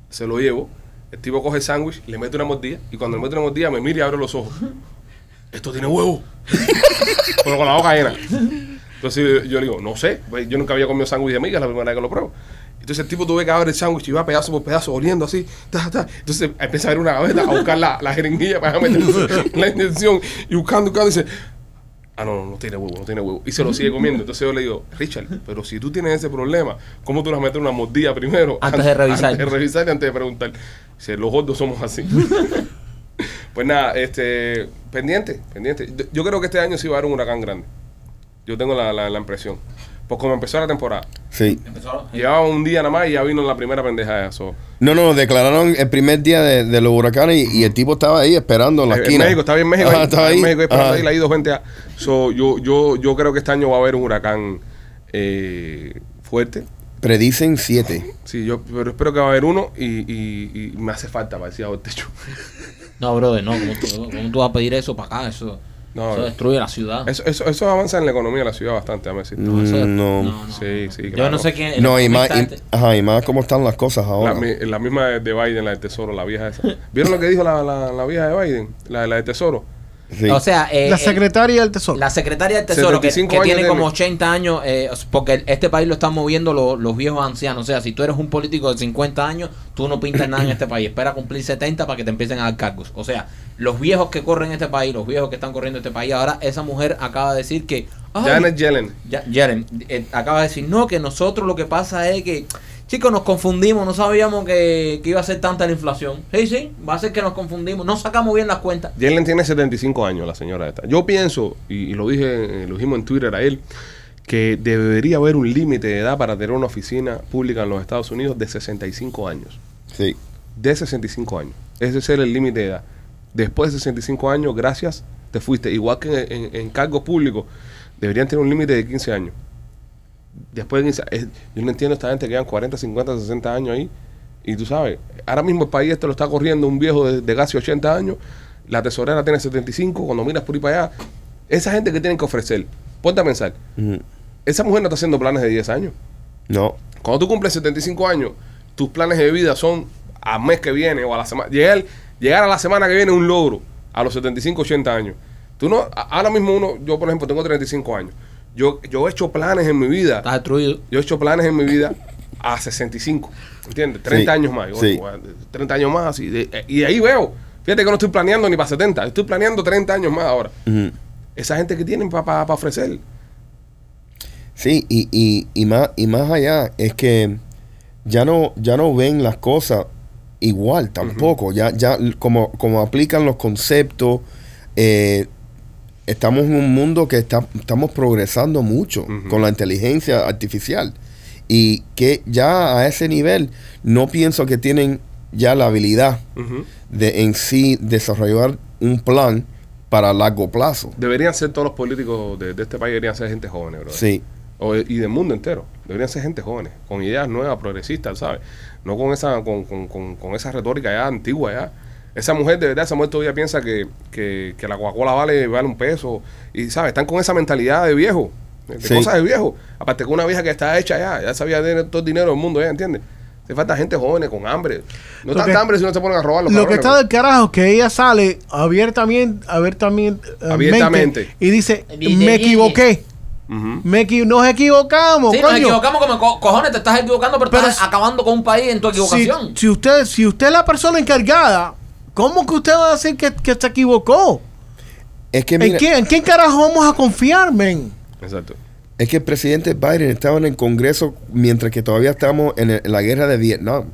S1: Se lo llevo. El tipo coge el sándwich, le mete una mordida y cuando le mete una mordida me mira y abre los ojos. Esto tiene huevo. Pero con la boca llena. Entonces yo le digo, no sé, pues, yo nunca había comido sándwich de miga, es la primera vez que lo pruebo. Entonces el tipo tuve que abre el sándwich y va pedazo por pedazo, oliendo así. ta, ta. Entonces empieza a abrir una gaveta, a buscar la, la jeringuilla para meter la intención y buscando, buscando, dice, ah, no, no, no tiene huevo, no tiene huevo. Y se lo sigue comiendo. Entonces yo le digo, Richard, pero si tú tienes ese problema, ¿cómo tú las metes una mordida primero?
S3: Antes de revisar.
S1: Antes de revisar y antes de preguntar. Dice, los gordos somos así. Pues nada, este, pendiente, pendiente. Yo- Yo creo que este año sí va a haber un huracán grande. Yo tengo la, la, la impresión. Pues como empezó la temporada.
S6: Sí.
S3: Ah,
S1: Llevaba un día nada más y ya vino la primera pendeja de eso.
S6: No, no, declararon el primer día de, de los huracanes y, y el tipo estaba ahí esperando en la
S1: Eh,
S6: esquina.
S1: México, está bien México.
S6: Ajá,
S1: ahí,
S6: estaba
S1: está bien
S6: ahí.
S1: México esperando
S6: Ajá.
S1: ahí, le ha ido gente a- So, yo, yo, yo creo que este año va a haber un huracán eh, fuerte.
S6: Predicen siete.
S1: Sí, yo pero espero que va a haber uno y, y- y me hace falta para decir "Ah, este el techo.
S3: No, brother, no. ¿Cómo tú, cómo tú vas a pedir eso para acá? Eso,
S1: No,
S3: eso
S1: no.
S3: destruye la ciudad.
S1: Eso, eso, eso avanza en la economía de la ciudad bastante, a decir.
S6: No,
S3: Ah. Eso-
S6: Mm, no.
S1: Sí, sí,
S3: Yo
S1: claro.
S3: no sé quién. el
S6: y más, y,
S3: comentarista este-
S6: ajá, y más cómo están las cosas
S1: La,
S6: ahora.
S1: mi- la misma de, de Biden, la del Tesoro, la vieja esa. ¿Vieron lo que dijo la, la, la vieja de Biden? La, la del Tesoro.
S6: Sí.
S3: O sea, eh,
S5: la
S3: el-
S5: secretaria del tesoro.
S3: La secretaria del Tesoro, que,
S1: 75
S3: que
S1: años
S3: tiene como
S1: tiene.
S3: 80 años, eh, porque este país lo están moviendo lo- los viejos ancianos. O sea, si tú eres un político de 50 años, tú no pintas nada en este país. Espera cumplir 70 para que te empiecen a dar cargos. O sea, los viejos que corren este país, los viejos que están corriendo este país, ahora esa mujer acaba de decir que... "Ay,
S1: Janet Yellen.
S3: ya- Yellen eh, acaba de decir, no, que nosotros lo que pasa es que, chicos, nos confundimos, no sabíamos que, que iba a ser tanta la inflación. Sí, sí, va a ser que nos confundimos, no sacamos bien las cuentas.
S1: Yellen tiene 75 años, la señora esta. Yo pienso, y, y lo dije, eh, lo dijimos en Twitter a él, que debería haber un límite de edad para tener una oficina pública en los Estados Unidos de 65 años.
S6: sí.
S1: De 65 años. Ese es el límite de edad. Después de 65 años, gracias, te fuiste. Igual que en, en- en cargos públicos, deberían tener un límite de 15 años. Después de 15 es- yo no entiendo esta gente que llevan 40, 50, 60 años ahí. Y tú sabes, ahora mismo el país este lo está corriendo un viejo de, de casi 80 años. La tesorera tiene 75. Cuando miras por ahí para allá, esa gente que tienen que ofrecer, ponte a pensar,
S6: Mm.
S1: esa mujer no está haciendo planes de 10 años.
S6: No.
S1: Cuando tú cumples 75 años, tus planes de vida son al mes que viene o a la semana. Llegar, llegar a la semana que viene es un logro, a los 75, 80 años. Tú no, a- ahora mismo uno, yo por ejemplo tengo 35 años. Yo, yo he hecho planes en mi vida.
S3: Está destruido.
S1: Yo he hecho planes en mi vida a 65, ¿entiendes? 30
S6: Sí,
S1: años más. Yo,
S6: sí.
S1: bueno, 30 años más, así de- y ahí veo. Fíjate que no estoy planeando ni para 70, estoy planeando 30 años más ahora.
S6: Mm.
S1: Esa gente que tienen para ofrecer.
S6: Sí, y, y, y, más, y más allá es que ya no, ya no ven las cosas igual tampoco. Ya, ya l- como, como aplican los conceptos, eh, estamos en un mundo que está, estamos progresando mucho
S1: Ujú.
S6: con la inteligencia artificial. Y que ya a ese nivel no pienso que tienen ya la habilidad
S1: Ujú.
S6: de en sí desarrollar un plan para largo plazo.
S1: Deberían ser todos los políticos de, de este país, deberían ser gente joven, bro.
S6: Sí.
S1: O- y del mundo entero. Deberían ser gente jóvenes, con ideas nuevas, progresistas, ¿sabes? No con esa, con, con, con, con esa retórica ya antigua ya. Esa mujer, de verdad, esa mujer todavía piensa que, que, que la Coca-Cola vale, vale un peso. Y, ¿sabes? Están con esa mentalidad de viejo. De
S6: Sí.
S1: cosas de viejo. Aparte que una vieja que está hecha ya, ya sabía tener todo el dinero del mundo, ¿ya entiendes? Hace falta gente joven con hambre. No
S5: Lo
S1: tanta
S5: que-
S1: hambre si no se ponen a robar los
S5: Lo que
S1: cabrones, pues.
S5: está del carajo es que ella sale abiertamente, abiertamente,
S1: Abiertamente.
S5: mente, y dice,
S3: Y-
S5: me
S3: y-
S5: equivoqué,
S1: Ujú.
S5: me equi- nos equivocamos,
S3: Sí,
S5: coño.
S3: nos equivocamos como co- cojones, te estás equivocando, pero,
S5: Pero
S3: estás
S5: si-
S3: acabando con un país en tu
S5: Si,
S3: equivocación.
S5: si usted, si usted es la persona encargada, ¿cómo que usted va a decir que, que se equivocó?
S6: Es que
S5: ¿En
S6: mira,
S5: quién, ¿En quién carajo vamos a confiar, men?
S1: pues. Exacto.
S6: Es que el presidente Biden estaba en el Congreso mientras que todavía estamos en, el- en la guerra de Vietnam.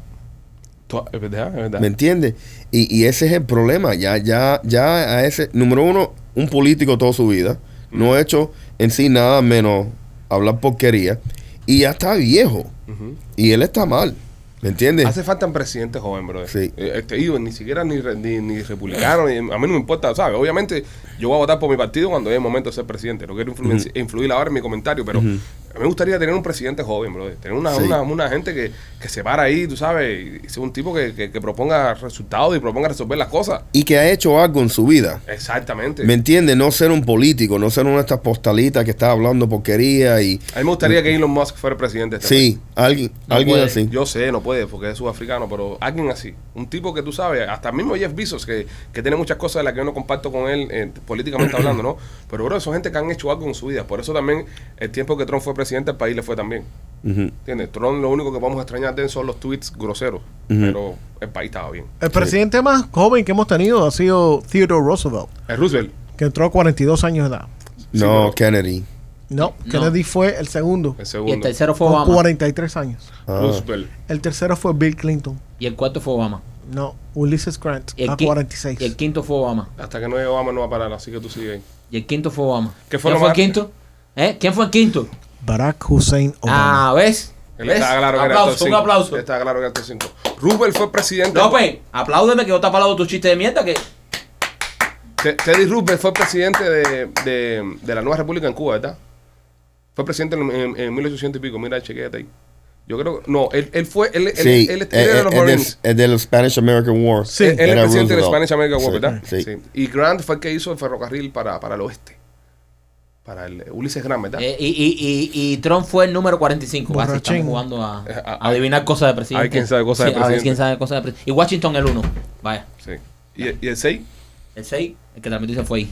S1: Tú- Es verdad, es verdad.
S6: ¿Me entiendes? Y, y ese es el problema. Ya, ya, ya a ese, número uno, un político toda su vida. No ha hecho en sí nada menos hablar porquería. Y ya está viejo.
S1: Ujú.
S6: Y él está mal. ¿Me entiendes?
S1: Hace falta un presidente joven, brother.
S6: Este. Sí.
S1: Eh, Este digo, ni siquiera ni, re- ni, ni republicano, ni- a mí no me importa, ¿sabes? Obviamente, yo voy a votar por mi partido cuando es el momento de ser presidente. No quiero influenci- influir ahora en mi comentario, pero a mí me gustaría tener un presidente joven, brother. Tener una,
S6: Sí.
S1: una, una gente que, que se para ahí, tú sabes, y sea un tipo que, que, que proponga resultados y proponga resolver las cosas.
S6: Y que ha hecho algo en su vida.
S1: Exactamente.
S6: ¿Me entiendes? No ser un político, no ser una de estas postalitas que está hablando porquería y...
S1: a mí me gustaría que Elon Musk fuera el presidente. de este país.
S6: Sí, alguien,
S3: No
S6: alguien
S3: puede.
S6: así.
S1: Yo sé, no puede, porque es sudafricano, pero alguien así, un tipo que tú sabes, hasta el mismo Jeff Bezos, que, que tiene muchas cosas de las que yo no comparto con él eh, políticamente hablando, ¿no? Pero, bro, son gente que han hecho algo en su vida. Por eso también el tiempo que Trump fue presidente, el país le fue también.
S6: Ujú.
S1: ¿Entiendes? Trump lo único que vamos a extrañar de él son los tweets groseros,
S6: Ujú.
S1: pero el país estaba bien.
S5: El presidente más joven que hemos tenido ha sido Theodore Roosevelt,
S1: Es Roosevelt.
S5: que entró a 42 años de edad.
S6: No,
S1: pero-
S6: Kennedy.
S5: No,
S3: No.
S5: Kennedy fue el segundo,
S1: El
S3: Y el
S1: segundo.
S3: tercero fue
S5: con
S3: Obama.
S5: 43 años.
S6: Ah.
S1: Roosevelt.
S5: El tercero fue Bill Clinton.
S3: Y el cuarto fue Obama.
S5: No, Ulysses Grant,
S3: Y el
S5: a
S3: qui-
S5: 46.
S3: y el quinto fue Obama.
S1: Hasta que no llegue Obama no va a parar, así que tú sigue ahí.
S3: Y el quinto fue Obama.
S1: ¿Qué fue
S3: ¿Quién
S1: lo
S3: fue el
S1: más-
S3: quinto? ¿Eh? ¿Quién fue el quinto?
S5: Barack Hussein Obama.
S3: Ah, ¿ves?
S1: Él
S3: ¿Ves?
S1: estaba claro que era top
S3: aplauso, un
S1: cinco.
S3: aplauso.
S1: Estaba claro que era top cinco. Roosevelt fue presidente.
S3: López, apláudeme que yo te aplaudo tu chiste de mierda que...
S1: Te- Teddy Roosevelt fue presidente de, de, de la nueva república en Cuba, ¿verdad? Fue presidente en, en- en 1800 y pico. Mira, chequéate ahí. Yo creo que. No, él, él fue. Él, él-
S6: Sí,
S1: él, él
S6: es-
S1: era de
S6: es-
S1: los
S6: es del-
S1: Marines.
S6: es del Spanish American War.
S5: Sí.
S1: él era
S6: Era
S1: presidente de la
S6: Roosevelt.
S1: Spanish American War,
S6: Sí,
S1: ¿verdad?
S6: sí.
S1: Y Grant fue el que hizo el ferrocarril para, para el oeste. Para el Ulises Grant, ¿verdad?
S3: Eh, y, y, y, y Trump fue el número 45. Casi
S5: Borrachín.
S3: estamos jugando a,
S1: Eh, a-
S3: a adivinar cosas de presidente.
S1: hay quien sabe cosas de
S3: Sí, a ver
S1: presidente.
S3: quién sabe cosas de presidente. Y Washington el 1. Vaya.
S1: Sí. ¿Y, y el 6?
S3: El 6, el que también dice fue ahí.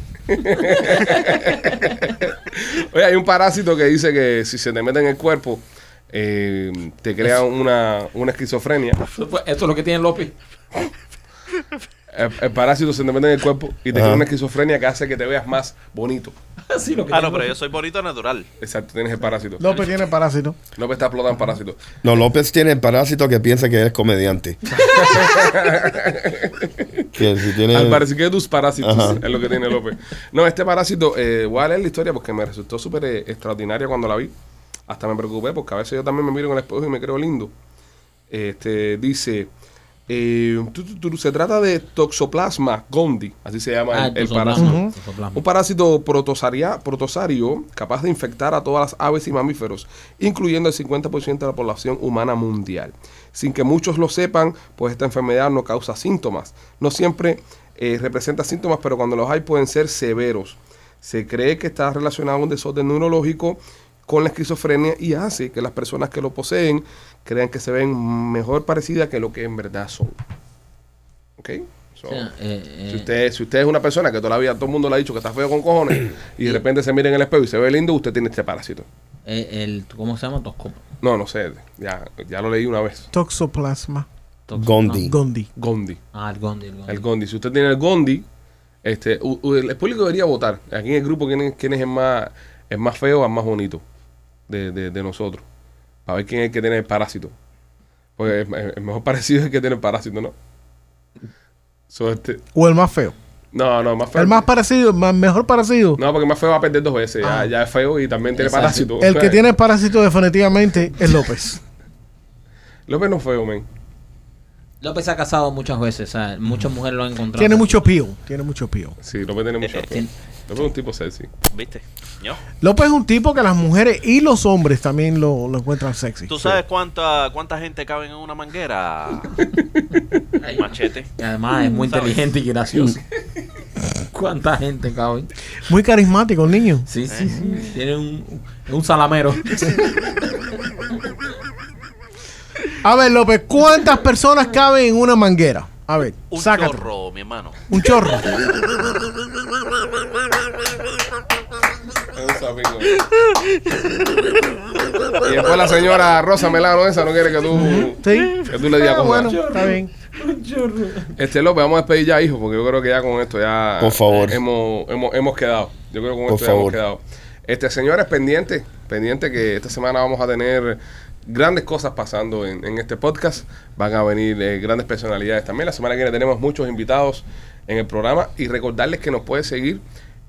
S1: Oye, hay un parásito que dice que si se te mete en el cuerpo, eh, te crea una, una esquizofrenia.
S3: Eso fue- eso es lo que tiene López.
S1: El, el parásito se te mete en el cuerpo y te
S6: Ajá.
S1: crea una esquizofrenia que hace que te veas más bonito.
S3: Así lo que
S4: Ah,
S3: tiene
S4: no, pero
S3: López.
S4: yo soy bonito natural.
S1: Exacto, tienes el parásito. No,
S5: López tiene parásito.
S1: me está explotando parásito.
S6: No, López tiene el parásito que piensa que eres comediante. que si tiene...
S1: Al parecer que tus parásitos
S6: Eh. Ajá.
S1: es lo que tiene López. No, este parásito, eh, voy a leer la historia porque me resultó súper eh, extraordinaria cuando la vi. Hasta me preocupé porque a veces yo también me miro en el espejo y me creo lindo. Este, dice, eh, tu, tu, tu, se trata de Toxoplasma gondii, así se llama
S3: Ah,
S1: el- el,
S3: Toxoplasma,
S1: parásito.
S3: Toxoplasma.
S1: Un parásito protosaria- protosario capaz de infectar a todas las aves y mamíferos, incluyendo el 50% de la población humana mundial. Sin que muchos lo sepan, pues esta enfermedad no causa síntomas. No siempre eh, representa síntomas, pero cuando los hay pueden ser severos. Se cree que está relacionado a un desorden neurológico con la esquizofrenia y hace que las personas que lo poseen crean que se ven mejor parecidas que lo que en verdad son. ¿Ok? So-
S3: O sea, eh, eh,
S1: si usted, si usted es una persona que toda la vida todo el mundo le ha dicho que está feo con cojones y de repente se mira en el espejo y se ve lindo, usted tiene este parásito.
S3: eh, el, ¿Cómo se llama? Tosco.
S1: No, no sé, ya, ya lo leí una vez.
S5: Toxoplasma
S3: Toxo-
S6: Gondi.
S5: Gondi.
S1: Gondi,
S3: Ah, el Gondi. El Gondi.
S1: el Gondi. Si usted tiene el Gondi, este, u- u- el público debería votar. Aquí en el grupo, ¿quién es, quién es el, más, el más feo, el más bonito de, de- de nosotros? Para ver quién es el que tiene el parásito. Porque el, el mejor parecido es el que tiene el parásito, ¿no? So, este-
S5: O el más feo.
S1: no, no, más feo.
S5: El más parecido, el más- mejor parecido.
S1: No, porque más feo va a perder dos veces. Ya-
S5: Ah.
S1: Ya, es feo y también tiene
S3: Exacto.
S1: parásito.
S5: El que tiene parásito definitivamente es López.
S1: López no es feo, men.
S3: López se ha casado muchas veces. o sea, Muchas mujeres lo han encontrado. Eh,
S5: Tiene mucho pío. Tiene mucho pío.
S1: Sí, López tiene mucho
S3: Tien-
S1: afecto. López es un tipo sexy.
S4: ¿Viste? Yo.
S5: López es un tipo que las mujeres y los hombres también lo, lo encuentran sexy.
S4: ¿Tú sabes cuánta, cuánta gente cabe en una manguera? Machete.
S3: Y además es muy
S4: ¿Sabes?
S3: inteligente y gracioso. ¿Cuánta gente, cabrón?
S5: Muy carismático el niño.
S3: Sí, sí, sí. Tiene un, un salamero.
S5: A ver, López, ¿cuántas personas caben en una manguera? A ver,
S4: Un
S5: sácate.
S4: chorro, mi hermano.
S5: Un chorro.
S1: y después la señora Ah, Rosa Melano esa no quiere que tú...
S5: Sí.
S1: Que tú le digas
S5: Ah,
S1: cómo
S5: bueno,
S1: era.
S5: está bien.
S1: Este López, vamos a despedir ya, hijo, porque yo creo que ya con esto ya...
S6: Por favor.
S1: Hemos, hemos, hemos quedado. Yo creo que con
S6: Por
S1: esto
S6: favor.
S1: ya hemos quedado. Este, señores, pendiente. Pendiente que esta semana vamos a tener grandes cosas pasando en, en este podcast. Van a venir eh, grandes personalidades también. La semana que viene tenemos muchos invitados en el programa. Y recordarles que nos puedes seguir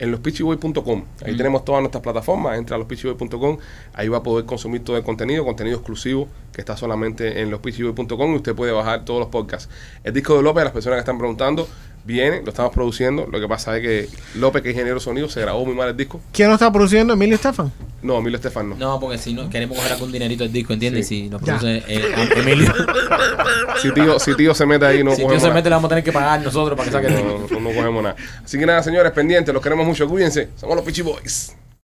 S1: en lospitchyboy.com. Ahí tenemos todas nuestras plataformas. Entra a lospitchyboy.com. Ahí va a poder consumir todo el contenido, contenido exclusivo que está solamente en lospitchyboy.com. Y usted puede bajar todos los podcasts. El disco de López, las personas que están preguntando, viene, lo estamos produciendo. Lo que pasa es que López, que es ingeniero de sonido, se grabó muy mal el disco.
S5: ¿Quién lo está produciendo? Emilio Estefan.
S1: No, Emilio Estefan no.
S3: No, porque si no, queremos coger algún dinerito el disco, ¿entiendes?
S1: Sí.
S3: Y Si nos
S5: Ya.
S3: produce eh, a- Emilio.
S1: Si tío, si tío se mete ahí, no
S3: si
S1: cogemos
S3: Dios se
S1: nada.
S3: mete, le vamos a tener que pagar nosotros para que saque el disco.
S1: No, no, no cogemos nada. Así que nada, señores, pendientes, los queremos mucho, cuídense. Somos los Pichi Boys.